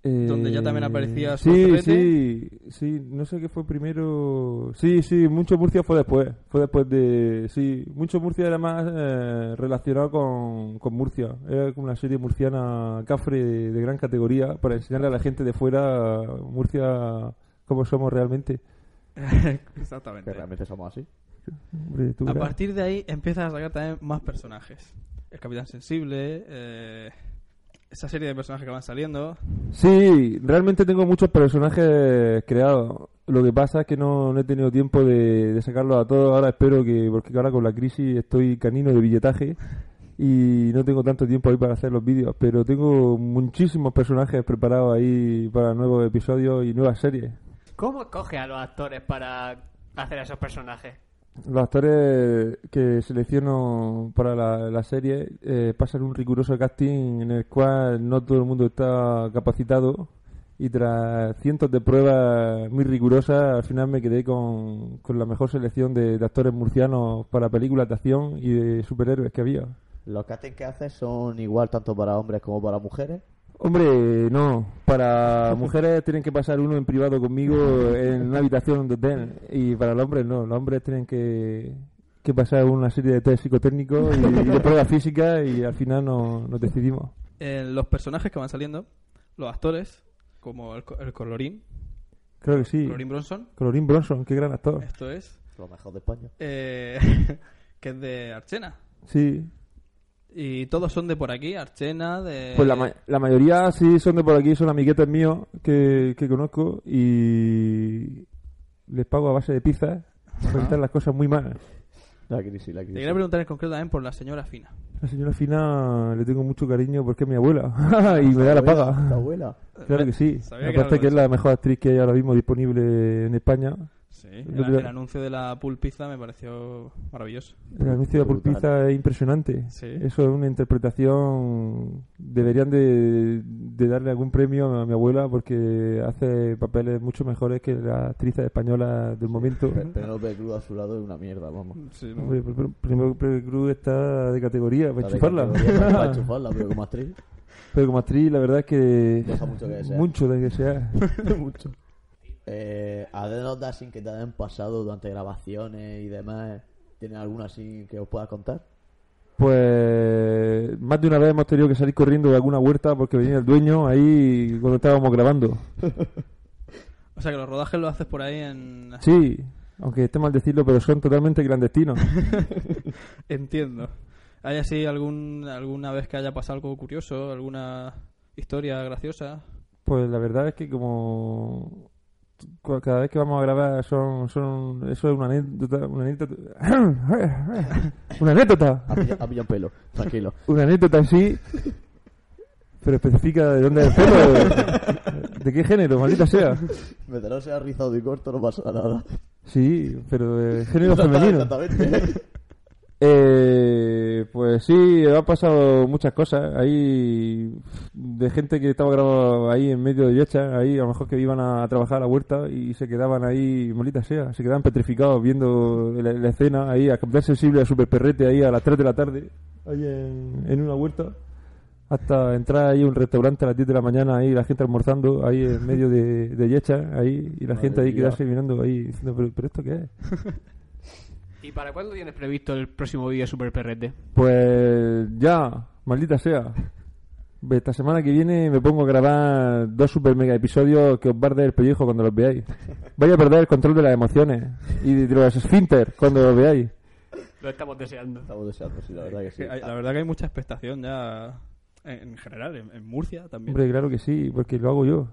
Donde ya también aparecía Eh, Sí, Sorprete. sí, sí, no sé qué fue primero. Sí, sí, Mucho Murcia fue después. Fue después de. Sí, Mucho Murcia era más eh, relacionado con, con Murcia. Era como una serie murciana cafre de, de gran categoría para enseñarle a la gente de fuera Murcia cómo somos realmente. Exactamente. Que realmente somos así. Hombre, tú A verás. partir de ahí empiezan a sacar también más personajes. El Capitán Sensible, eh, esa serie de personajes que van saliendo. Sí, realmente tengo muchos personajes creados. Lo que pasa es que no, no he tenido tiempo de, de sacarlos a todos. Ahora espero que, porque ahora con la crisis estoy canino de billetaje y no tengo tanto tiempo ahí para hacer los vídeos, pero tengo muchísimos personajes preparados ahí para nuevos episodios y nuevas series. ¿Cómo coge a los actores para hacer a esos personajes? Los actores que selecciono para la, la serie eh, pasan un riguroso casting en el cual no todo el mundo está capacitado y tras cientos de pruebas muy rigurosas al final me quedé con, con la mejor selección de, de actores murcianos para películas de acción y de superhéroes que había. Los castings que haces son igual tanto para hombres como para mujeres. Hombre, no. Para mujeres tienen que pasar uno en privado conmigo en una habitación de hotel. Y para los hombres no. Los hombres tienen que, que pasar una serie de test psicotécnicos y, y de pruebas físicas y al final no- nos decidimos. Eh, los personajes que van saliendo, los actores, como el, co- el colorín, Creo que sí. colorín Bronson, Colorín Bronson, qué gran actor. esto es, Lo mejor de España. eh, que es de Archena. Sí. Y todos son de por aquí, Archena, de... Pues la, ma- la mayoría sí son de por aquí, son amiguetes míos que, que conozco y les pago a base de pizzas porque están las cosas muy malas. La crisis, la Te crisis. quería preguntar en concreto también por la señora Fina. La señora Fina le tengo mucho cariño porque es mi abuela y me da la paga. La abuela. Claro que sí. Sabía que Aparte era que es la mejor actriz que hay ahora mismo disponible en España. Sí, Yo el, creo- el anuncio de la pulpiza me pareció maravilloso. El anuncio de la Brutal. pulpiza es impresionante. Sí. Eso es una interpretación. Deberían de, de darle algún premio a mi abuela porque hace papeles mucho mejores que las actrices españolas del momento. Penélope Cruz a su lado es una mierda, vamos. Sí, ¿no? Hombre, pero- pero Primero que Cruz está de categoría para La de enchufarla. categoría Para para chufarla, pero como actriz. Pero como actriz, la verdad es que. Deja mucho que desear. Mucho de que sea. Mucho. Eh, anécdotas sin que te hayan pasado durante grabaciones y demás. ¿Tienen alguna así que os pueda contar? Pues más de una vez hemos tenido que salir corriendo de alguna huerta porque venía el dueño ahí cuando estábamos grabando. O sea que los rodajes los haces por ahí en... Sí, aunque esté mal decirlo, pero son totalmente clandestinos. Entiendo. ¿Hay así algún, alguna vez que haya pasado algo curioso? ¿Alguna historia graciosa? Pues la verdad es que como cu- cada vez que vamos a grabar son, son eso es una anécdota, una anécdota, una anécdota, Ha pillado, ha pillado pelo, tranquilo. una anécdota así, pero especifica de dónde es el pelo, de qué género, maldita sea. Meterlo sea rizado y corto, no pasa nada. Sí, pero de género femenino. Exactamente. Eh, pues sí, han pasado muchas cosas. Ahí, de gente que estaba grabado ahí en medio de Yocha, ahí a lo mejor que iban a, trabajar a la huerta y se quedaban ahí, molita sea, se quedaban petrificados viendo la, la escena, ahí a captar sensible al superperrete ahí a las 3 de la tarde, ahí en, en una huerta, hasta entrar ahí a un restaurante a las 10 de la mañana, ahí la gente almorzando, ahí en medio de, de Yecha, ahí, y la Madre gente ahí mía. quedarse mirando ahí, diciendo, pero, pero ¿esto qué es? ¿Y para cuándo tienes previsto el próximo vídeo de Super Perrete? Pues ya, maldita sea. Esta semana que viene me pongo a grabar dos super mega episodios que os va a arder el pellejo cuando los veáis. Vais a perder el control de las emociones y de los esfínteres cuando los veáis. Lo estamos deseando. Estamos deseando, sí, la verdad que sí. Que hay- la verdad que hay mucha expectación ya en, en general, en, en Murcia también. Hombre, claro que sí, porque lo hago yo.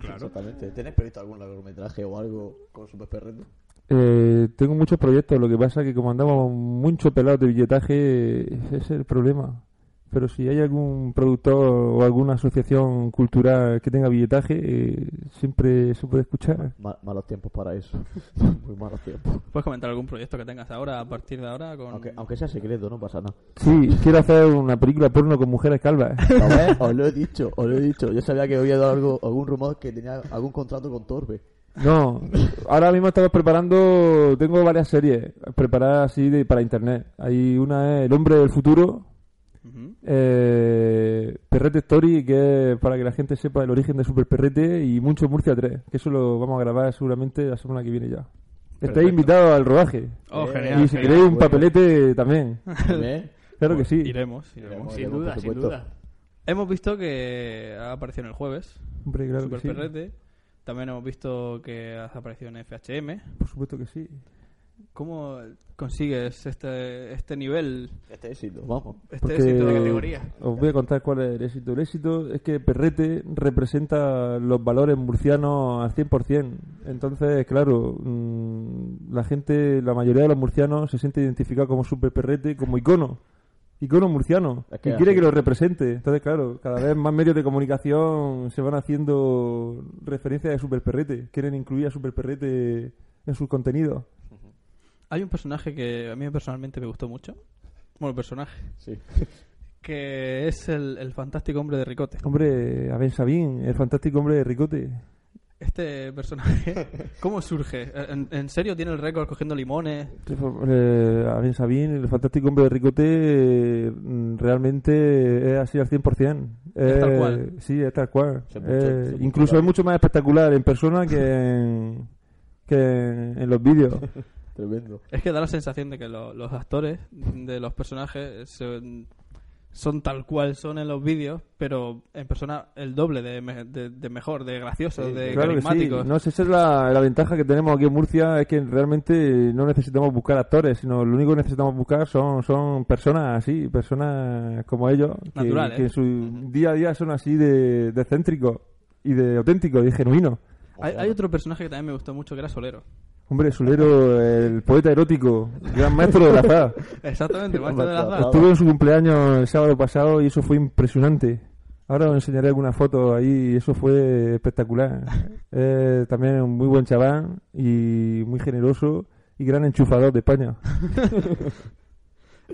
claro. Exactamente. ¿Tienes previsto algún largometraje o algo con Super Perrete? Eh, tengo muchos proyectos, lo que pasa que como andamos mucho pelados de billetaje, ese es el problema. Pero si hay algún productor o alguna asociación cultural que tenga billetaje, eh, siempre se puede escuchar. Ma- malos tiempos para eso. Muy malos tiempos. ¿Puedes comentar algún proyecto que tengas ahora, a partir de ahora? Con... Aunque, aunque sea secreto, no pasa nada. Sí, quiero hacer una película porno con mujeres calvas. ¿Lo ves? Os lo he dicho, os lo he dicho. Yo sabía que había dado algo, algún rumor que tenía algún contrato con Torbe. No, ahora mismo estamos preparando, tengo varias series preparadas así de- para internet. Hay una es El hombre del futuro, Ujú. eh, Perrete Story, que es para que la gente sepa el origen de Super Perrete, y Mucho Murcia 3, que eso lo vamos a grabar seguramente la semana que viene ya. Estáis Perfecto. invitados al rodaje. Oh, Eh, genial. Y si genial. queréis un bueno. papelete también. ¿Eh? pues, Claro que sí. Iremos, iremos. Sin Por duda, sin supuesto. duda. Hemos visto que ha aparecido en el jueves, Hombre, claro Super que sí. Perrete. También hemos visto que has aparecido en FHM. Por supuesto que sí. ¿Cómo consigues este, este nivel, Este éxito, vamos. este Porque- éxito de categoría? Os voy a contar cuál es el éxito. El éxito es que Perrete representa los valores murcianos al 100%. Entonces, claro, mm, la gente, la mayoría de los murcianos se siente identificado como Super Perrete, como icono. icono murciano Es que que quiere así. que lo represente. Entonces, claro, cada vez más medios de comunicación se van haciendo referencias de Superperrete. Quieren incluir a Superperrete en sus contenidos. Hay un personaje que a mí personalmente me gustó mucho. Bueno, personaje. Sí. Que es el, el fantástico hombre de Ricote. Hombre, Aben Sabin, el fantástico hombre de Ricote. Este personaje, ¿cómo surge? ¿En, en serio tiene el récord cogiendo limones? Eh, Aben Sabin, el fantástico hombre de Ricote, eh, mm, realmente es así al 100%. Es tal Eh, cual. Sí, es tal cual. Se multi- Eh, se incluso multiplica. es mucho más espectacular en persona que en, que en, en los vídeos. Tremendo. Es que da la sensación de que lo- los actores de los personajes son, son tal cual son en los vídeos, pero en persona el doble de, me- de- de mejor, de gracioso, de Claro que sí. carismático. No sé, esa es la, la ventaja que tenemos aquí en Murcia, es que realmente no necesitamos buscar actores, sino lo único que necesitamos buscar son, son personas así, personas como ellos, que, Naturales. que en su día a día son así de, de céntricos y de auténticos y de genuinos. Hay, hay otro personaje que también me gustó mucho, que era Solero. Hombre, Solero, el poeta erótico, gran maestro de la faz. Exactamente, maestro de la Hombre, Zara. Estuve en su cumpleaños el sábado pasado y eso fue impresionante. Ahora os enseñaré alguna foto ahí y eso fue espectacular. Eh, también un muy buen chaval y muy generoso y gran enchufador de España.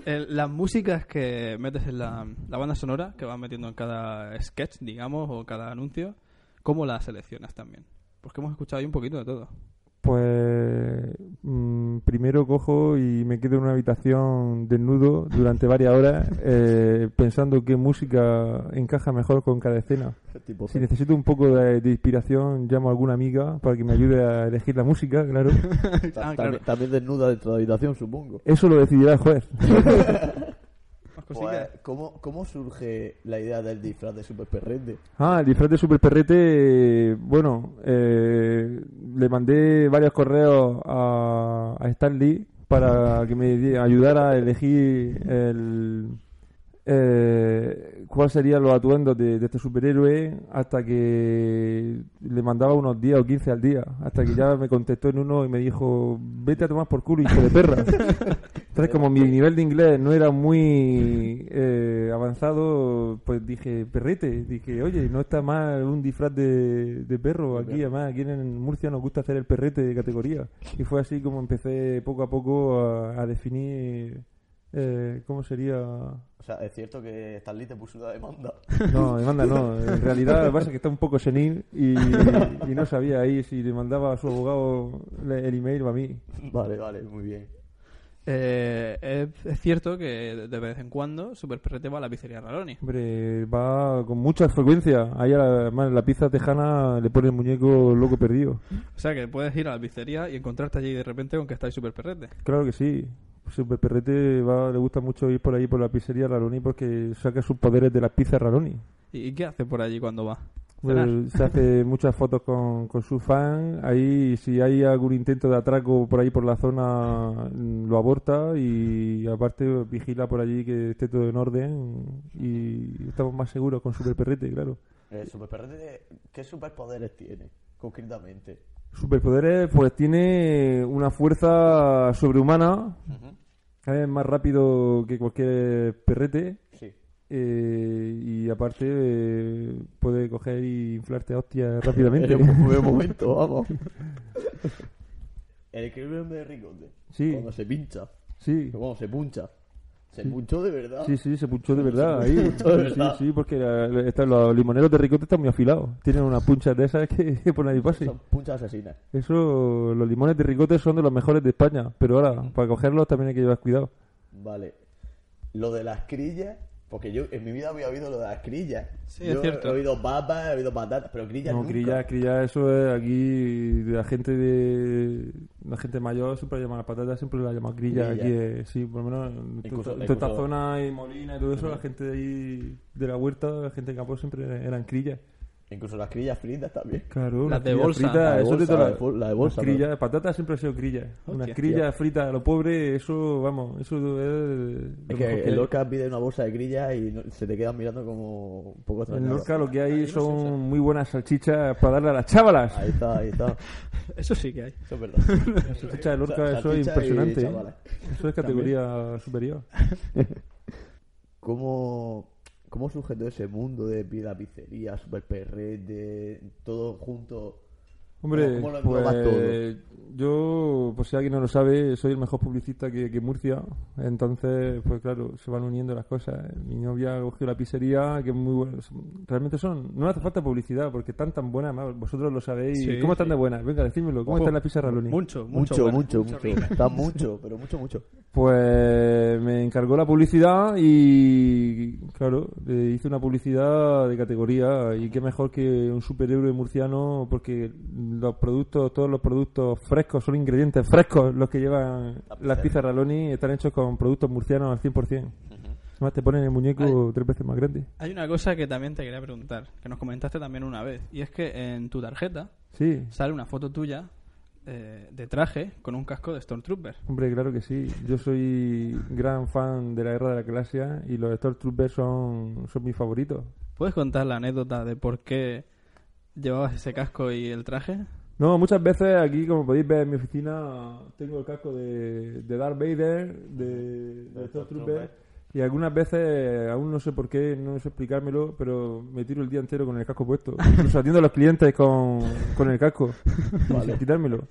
El- las músicas que metes en la, la banda sonora, que vas metiendo en cada sketch, digamos, o cada anuncio, ¿cómo las seleccionas también? Porque hemos escuchado ahí un poquito de todo. Pues mm, primero cojo y me quedo en una habitación desnudo durante varias horas eh, pensando qué música encaja mejor con cada escena. Tipo, Si necesito un poco de, de inspiración, llamo a alguna amiga para que me ayude a elegir la música, claro. ta- Ah, tam- claro. También desnuda dentro de la habitación, supongo. Eso lo decidirá el juez. Más Pues, cosillas. ¿cómo, ¿Cómo surge la idea del disfraz de Super Perrete? Ah, el disfraz de Super Perrete, eh, bueno, eh, le mandé varios correos a, a Stan Lee para que me di- ayudara a elegir el, eh, cuál serían los atuendos de, de este superhéroe hasta que le mandaba unos 10 o 15 al día, hasta que ya me contestó en uno y me dijo, vete a tomar por culo, hijo de perra. Eh, Entonces, como mi nivel de inglés no era muy eh, avanzado, pues dije, perrete, dije, oye, no está mal un disfraz de, de perro aquí, además aquí en Murcia nos gusta hacer el perrete de categoría. Y fue así como empecé poco a poco a, a definir eh, cómo sería O sea, es cierto que Stanley te puso una demanda. no, demanda no. En realidad lo que pasa es que está un poco senil y, y no sabía ahí si le mandaba a su abogado le- el email o a mí. Vale, vale, muy bien. Eh, es, es cierto que de vez en cuando Super Perrete va a la pizzería Raloni. Hombre, va con mucha frecuencia. Ahí a la, además, en la pizza tejana le pone el muñeco loco perdido. O sea que puedes ir a la pizzería y encontrarte allí de repente con que estáis Super Perrete. Claro que sí. Super Perrete va, le gusta mucho ir por ahí por la pizzería Raloni porque saca sus poderes de las pizzas Raloni. ¿Y, y qué hace por allí cuando va? ¿Cenar? Pues, se hace muchas fotos con, con su fan. Ahí, si hay algún intento de atraco por ahí por la zona, mm, lo aborta y aparte vigila por allí que esté todo en orden. Y estamos más seguros con Super Perrete, claro. Eh, superperrete, ¿qué superpoderes tiene, concretamente? Superpoderes, pues tiene una fuerza sobrehumana. Es más rápido que cualquier perrete. Sí. eh, y aparte eh, puede coger y inflarte a hostias rápidamente. En un buen momento, vamos. El increíble hombre de Ricote. Sí. Cuando se pincha. Sí. Vamos, se puncha. Se punchó de verdad. Sí, sí, se punchó de verdad ahí. de sí, verdad. sí, porque la- la- están- los limoneros de Ricote están muy afilados. Tienen unas punchas de esas que, que por ahí pase. Son punchas asesinas. Eso, los limones de Ricote son de los mejores de España. Pero ahora, para cogerlos también hay que llevar cuidado. Vale. Lo de las crillas, porque yo en mi vida había oído lo de las crillas. Sí, Yo es cierto. He oído papas, he oído patatas, pero crillas No, nunca. crilla, crilla, eso es aquí de la gente de la gente mayor siempre la llama la patata, siempre la llama grilla Grilla. aquí, eh, sí, por lo menos en to- Incluso- en toda incluso- esta zona y Molina y todo eso, la gente de ahí de la huerta, la gente de campo siempre eran crillas. Incluso las crillas fritas también. Claro, Las las de crillas bolsa. fritas, La de eso bolsa, toda la de bol- la de las bolsa, crillas, de patata siempre ha sido crilla. Unas Hostia. crillas fritas a lo pobre, eso, vamos, eso es. lo Es que mejor el hay. Lorca pide una bolsa de crillas y no- se te quedan mirando como un poco En extrañado. Lorca lo que hay son muy buenas salchichas para darle a las chábalas. Ahí está, ahí está. Eso sí que hay. Eso es verdad. La salchicha de Lorca, Sa- eso es salchicha y impresionante. ¿eh? chábalas. Eso es categoría superior. cómo, cómo surge todo ese mundo de pi- la pizzería, super perrete, todo junto. Hombre, ¿Cómo lo engloba pues yo, pues si alguien no lo sabe, soy el mejor publicista que, que Murcia. Entonces, pues claro, se van uniendo las cosas. Mi novia cogió la pizzería, que es muy buena. Realmente son, no hace falta publicidad, porque están tan buenas, además, vosotros lo sabéis. Sí, ¿Cómo están sí. Pues, de buenas? Venga, decídmelo. ¿Cómo Ojo, está la pizza Raloni? Mucho, mucho. Mucho, bueno. mucho, mucho. Está mucho, pero mucho, mucho. Pues me encargó la publicidad y, claro, le hice una publicidad de categoría. Y qué mejor que un superhéroe murciano, porque los productos, todos los productos frescos, son ingredientes frescos los que llevan las pizzas Raloni, están hechos con productos murcianos al 100%. Además, te ponen el muñeco tres veces más grande. Hay una cosa que también te quería preguntar, que nos comentaste también una vez, y es que en tu tarjeta Sí, sale una foto tuya eh, de traje con un casco de Stormtrooper. hombre, claro que sí. Yo soy gran fan de la guerra de la clase y los Stormtroopers son, son mis favoritos. ¿Puedes contar la anécdota de por qué llevabas ese casco y el traje? No, muchas veces aquí, como podéis ver en mi oficina, tengo el casco de, de Darth Vader, de, de Stormtrooper, y algunas veces, aún no sé por qué, no sé explicármelo, pero me tiro el día entero con el casco puesto. Incluso atiendo a los clientes con, con el casco, sin quitármelo.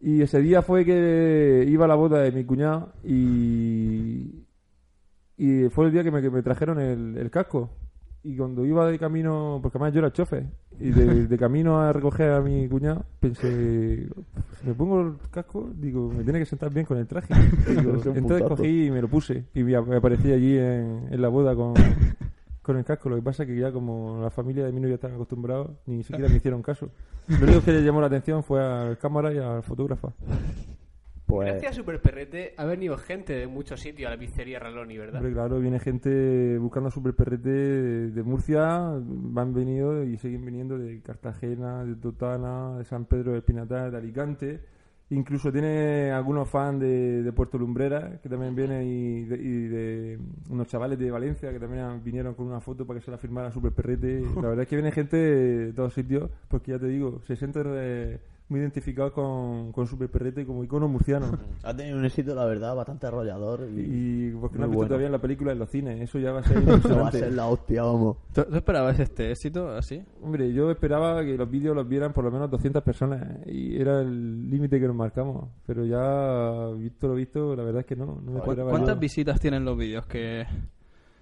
Y ese día fue que iba a la boda de mi cuñado y, y fue el día que me, que me trajeron el, el casco. Y cuando iba de camino, porque además yo era chofer, y de, de camino a recoger a mi cuñado, pensé, si me pongo el casco, digo, me tiene que sentar bien con el traje. Digo, Es un entonces puntazo. cogí y me lo puse. Y me ap- me aparecí allí en, en la boda con, con el casco. Lo que pasa es que ya como la familia de mi novia estaba acostumbrada, ni siquiera me hicieron caso. Lo único que le llamó la atención fue al cámara y al fotógrafo. Pues, Gracias a Super Perrete ha venido gente de muchos sitios a la pizzería Raloni, ¿verdad? Hombre, claro, viene gente buscando super perrete de, de Murcia, van venido y siguen viniendo de Cartagena, de Totana, de San Pedro de Espinatar, de Alicante. Incluso tiene algunos fans de, de Puerto Lumbrera que también vienen y de, y de unos chavales de Valencia que también han- vinieron con una foto para que se la firmara Super Perrete. La verdad es que viene gente de todos sitios porque ya te digo, se sienten eh, muy identificados con, con Super Perrete como icono murciano. ha tenido un éxito, la verdad, bastante arrollador. Y, Y porque Muy no has visto bueno. todavía la película en los cines, eso ya va a ser eso va a impresionante. ser la hostia, vamos. ¿Tú, tú esperabas este éxito así? Hombre, yo esperaba que los vídeos los vieran por lo menos 200 personas ¿eh? y era el límite que nos marcamos, pero ya visto lo visto, la verdad es que no, no me ¿Cu- esperaba ¿Cuántas yo. visitas tienen los vídeos que...?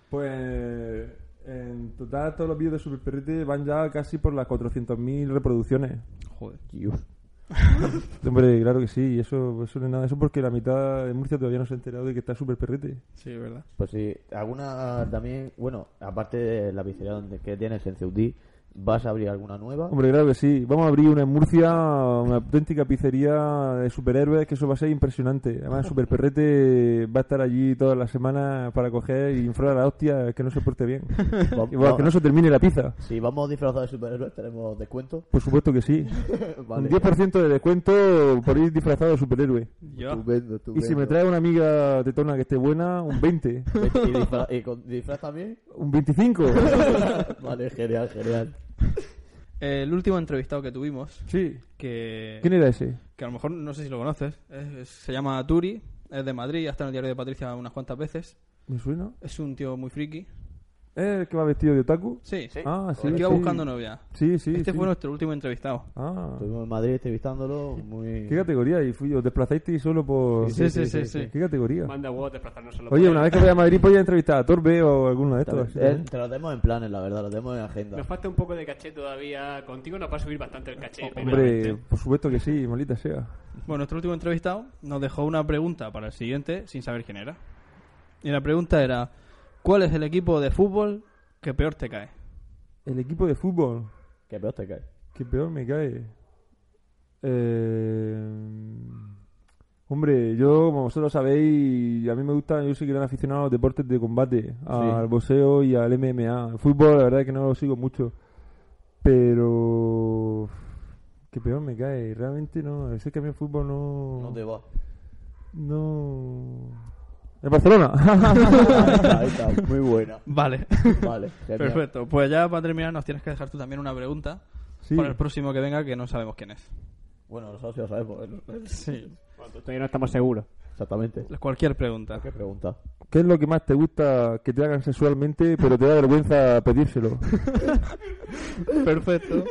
Pues en total todos los vídeos de Super Perrete van ya casi por las 400.000 reproducciones. Joder. Hombre, claro que sí, y eso, eso no es nada, eso porque la mitad de Murcia todavía no se ha enterado de que está Super Perrete. Sí, verdad. Pues sí, alguna también, bueno, aparte de la pizzería donde, que tienes en Ceutí, ¿vas a abrir alguna nueva? Hombre, claro que sí. Vamos a abrir una en Murcia, una auténtica pizzería de superhéroes, que eso va a ser impresionante. Además, Super Perrete va a estar allí todas las semanas para coger y inflar a la hostia que no se porte bien. Vamos- Y bueno, que no se termine la pizza. Si vamos disfrazados de superhéroes, tenemos descuento. Por supuesto que sí. Vale. Un pues, 10% de descuento por ir disfrazado de superhéroe. Yo, Estupendo, Y estupendo. si me trae una amiga tetona que esté buena, un 20. ¿Y disfra- ¿Y con disfraz también? Un 25. vale, genial, genial. el último entrevistado que tuvimos, Sí. que... ¿Quién era ese? que a lo mejor no sé si lo conoces. Es- es- se llama Turi, es de Madrid, ha estado en el diario de Patricia unas cuantas veces. ¿Me suena? Es un tío muy friki. ¿Eh, ¿El que va vestido de otaku? Sí, sí. Ah, sí. el que iba sí. buscando novia. Sí, sí. este sí. fue nuestro último entrevistado. Ah. Estuvimos en Madrid entrevistándolo, muy... ¿Qué categoría? Y fui, os desplazasteis solo por... Sí, sí, sí, sí. ¿Qué categoría? Manda huevos desplazarnos solo Oye, por una él. vez que vaya a Madrid podía entrevistar a Torbe o alguno de estos. ¿sí? Eh, te lo tenemos en planes, la verdad, lo tenemos en agenda. Nos falta un poco de caché todavía. Contigo nos va a subir bastante el caché. Hombre, por supuesto que sí, maldita sea. Bueno, nuestro último entrevistado nos dejó una pregunta para el siguiente sin saber quién era. Y la pregunta era, ¿cuál es el equipo de fútbol que peor te cae? El equipo de fútbol, Que peor te cae. que peor me cae. Eh, Hombre, yo, como vosotros sabéis, a mí me gusta, yo soy gran aficionado a los deportes de combate, al boxeo y al MMA. El fútbol, la verdad es que no lo sigo mucho. Pero... Que peor me cae, realmente no. Sé que a mí el fútbol no... No te va. No. El Barcelona. Ahí está, Ah, ahí está, muy buena. Vale, Vale, genial. perfecto. Pues ya para terminar nos tienes que dejar tú también una pregunta sí. para el próximo que venga que no sabemos quién es. Bueno, nosotros ya lo sabemos. ¿eh? Sí. Todavía no estamos seguros. Exactamente. Cualquier pregunta. ¿Qué pregunta? ¿Qué es lo que más te gusta que te hagan sexualmente, pero te da vergüenza pedírselo? Perfecto.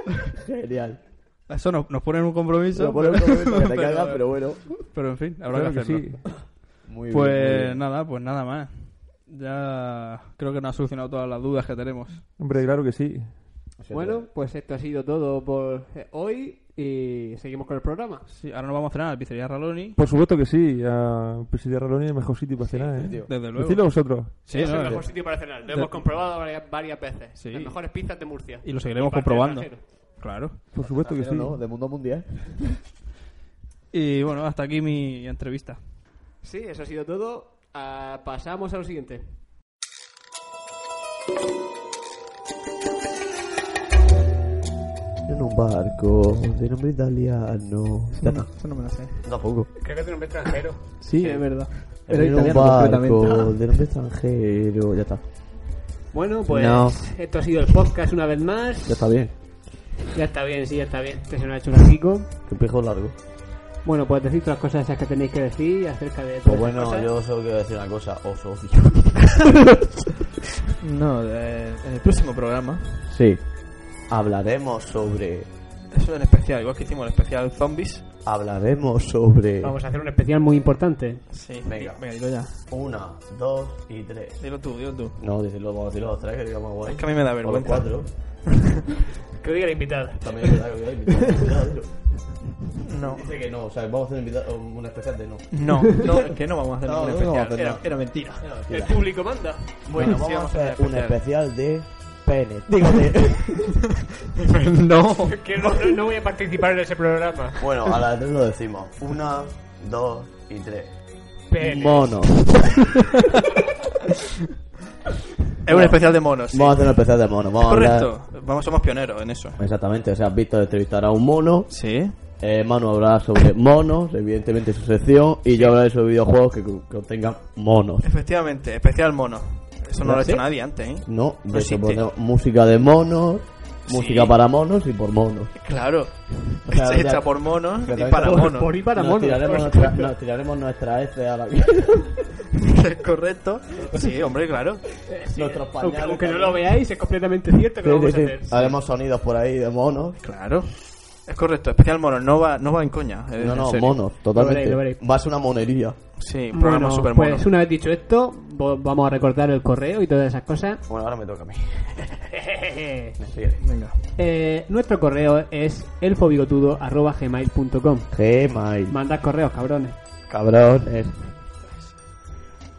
Genial. Eso nos, nos pone en un compromiso. Lo ponemos como que te pero- cagas, pero bueno. pero, en fin, habrá Claro que que hacerlo. sí. Muy pues bien, muy bien. nada, pues nada más. Ya creo que nos ha solucionado todas las dudas que tenemos. Hombre, claro que sí. Bueno, pues esto ha sido todo por eh, hoy y seguimos con el programa. Sí, ahora nos vamos a cenar a la pizzería Raloni. Por supuesto que sí. A pues Pizzería Raloni es el mejor sitio para cenar, ¿eh? Desde luego. Decidlo vosotros. Sí, es el no, eh, mejor sitio para cenar. Lo hemos comprobado varias, varias veces. Sí. Las mejores pizzas de Murcia. y lo seguiremos parte comprobando. del extranjero. Claro. Por supuesto que Pero sí. no, de mundo mundial. Y bueno, hasta aquí mi entrevista. Sí, eso ha sido todo. Ah, pasamos a lo siguiente. En un barco de nombre italiano. Eso no, eso no me lo sé. Tampoco. Creo que es un nombre extranjero. Sí, es verdad. Era En un italiano barco completamente. de nombre extranjero. Ya está. Bueno, pues No. esto ha sido el podcast una vez más. Ya está bien. Ya está bien, sí, ya está bien. Este se nos ha hecho un ratico. Que pijo largo. Bueno, pues decir todas las cosas esas que tenéis que decir acerca de Pues todas esas bueno, cosas. yo solo quiero decir una cosa, os odio. No, eh, en el próximo programa. Sí. Hablaremos sobre... Eso en especial, igual que hicimos el especial Zombies. Hablaremos sobre... Vamos a hacer un especial muy importante. Sí, Venga. di- venga, dilo ya. Una, dos y tres. Dilo tú, dilo tú. No, desde luego, vamos a decir los tres, que diga más guay. Es que a mí me da O los vergüenza. cuatro. Que diga la invitada. También es verdad que voy a invitar a un invitado. No, Dice que no, o sea, vamos a hacer un, invitado- un especial de no. no, no, que no vamos a hacer No, ningún no vamos a especial. hacer era, nada. era mentira. El público manda. Bueno, vamos sí, a vamos a hacer hacer un especial de pene. Digo de... no. Que no, no- no voy a participar en ese programa. bueno, a las tres lo decimos. Una, dos y tres. Pene. Mono. Es un especial de monos. sí. Vamos a hacer un especial de mono. Vamos a hablar- Correcto. Vamos, somos pioneros en eso. Exactamente, o sea, Víctor entrevistará a un mono, Sí. eh, Manu hablará sobre monos, evidentemente su sección, y yo hablaré sobre videojuegos que co- contengan monos. Efectivamente, especial mono. Eso no lo ha ¿Sí? hecho nadie antes, ¿eh? No, Pues de hecho, existe. ponemos música de monos, Sí. música para monos y por monos. Claro. O sea, Hecha ya- por monos y Exactamente. para Por- monos. Por y para nos, monos. tiraremos nuestra, nos tiraremos nuestra F a la ¿Es correcto? Sí, hombre, claro. Nuestros Aunque, pañales. aunque no lo veáis, Pues es completamente cierto que Sí, lo vamos sí, sí. a hacer. Haremos sonidos por ahí de monos. Claro. Es correcto, especial monos. No va, no va en coña. eh, No, en no, serio. monos, Lo veréis, totalmente. lo veréis. Va a ser una monería. Sí, Bueno, programa super mono. pues una vez dicho esto, vo- vamos a recordar el correo y todas esas cosas. Bueno, ahora me toca a mí. Venga. Eh, nuestro correo es elfobigotudo.gmail.com Gmail. Mandad correos, cabrones. Cabrón. es-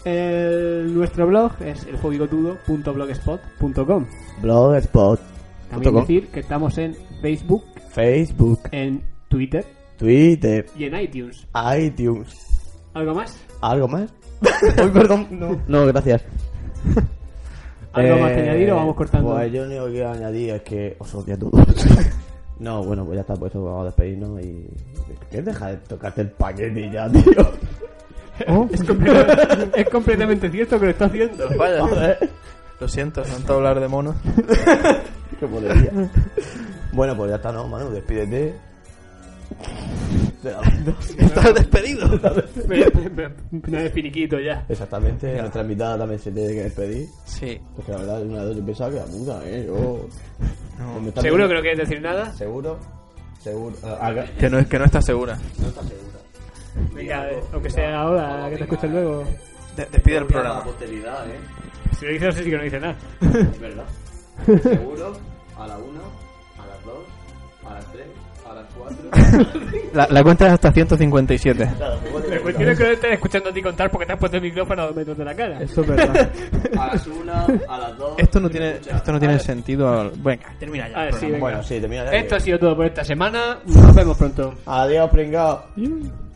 El- nuestro blog es elfobigotudo.blogspot.com Blogspot. También com. decir que estamos en Facebook, Facebook. en Twitter Twitter. y en iTunes. iTunes. ¿Algo más? ¿Algo más? Uy, perdón. No, no gracias. ¿Algo más que Eh, añadir o vamos cortando? Pues yo lo único que quiero añadir es que os odio a todos. No, bueno, pues ya está, pues eso vamos a despedirnos y. ¿Qué deja de tocarte el paquete ya, tío? Oh. Es, completamente, es completamente cierto que lo está haciendo. Vaya. Joder. Lo siento, tanto hablar de monos. Qué bolería. bueno, pues ya está, no, Manu, despídete. Estás despedido. Me, me- me- me da finiquito ya. Exactamente, nuestra invitada también se tiene que despedir. Sí. Porque la verdad, una de dos yo pensaba que era muda, ¿eh? Yo... Pues me está Seguro que viendo- no quieres decir nada. Seguro. Seguro. Ah, acá- Que no, que no estás segura. Venga, eh, aunque sea ahora, que te escuches luego. De- despide el programa. posteridad, ¿eh? Si lo dices, no sé si que no dice nada. Es verdad. Seguro, a la una, a las dos, a las tres, a las cuatro. La, la cuenta es hasta 157. La cuestión es que no estés escuchando a ti contar porque te has puesto el micrófono dos metros de la cara. Esto es verdad. A las una, a las dos. Esto no tiene, esto no tiene sentido. al- Venga, termina ya. A el ver, sí, programa. venga. Bueno, sí, termina ya. Esto ha sido todo por esta semana. Nos vemos pronto. Adiós, pringao.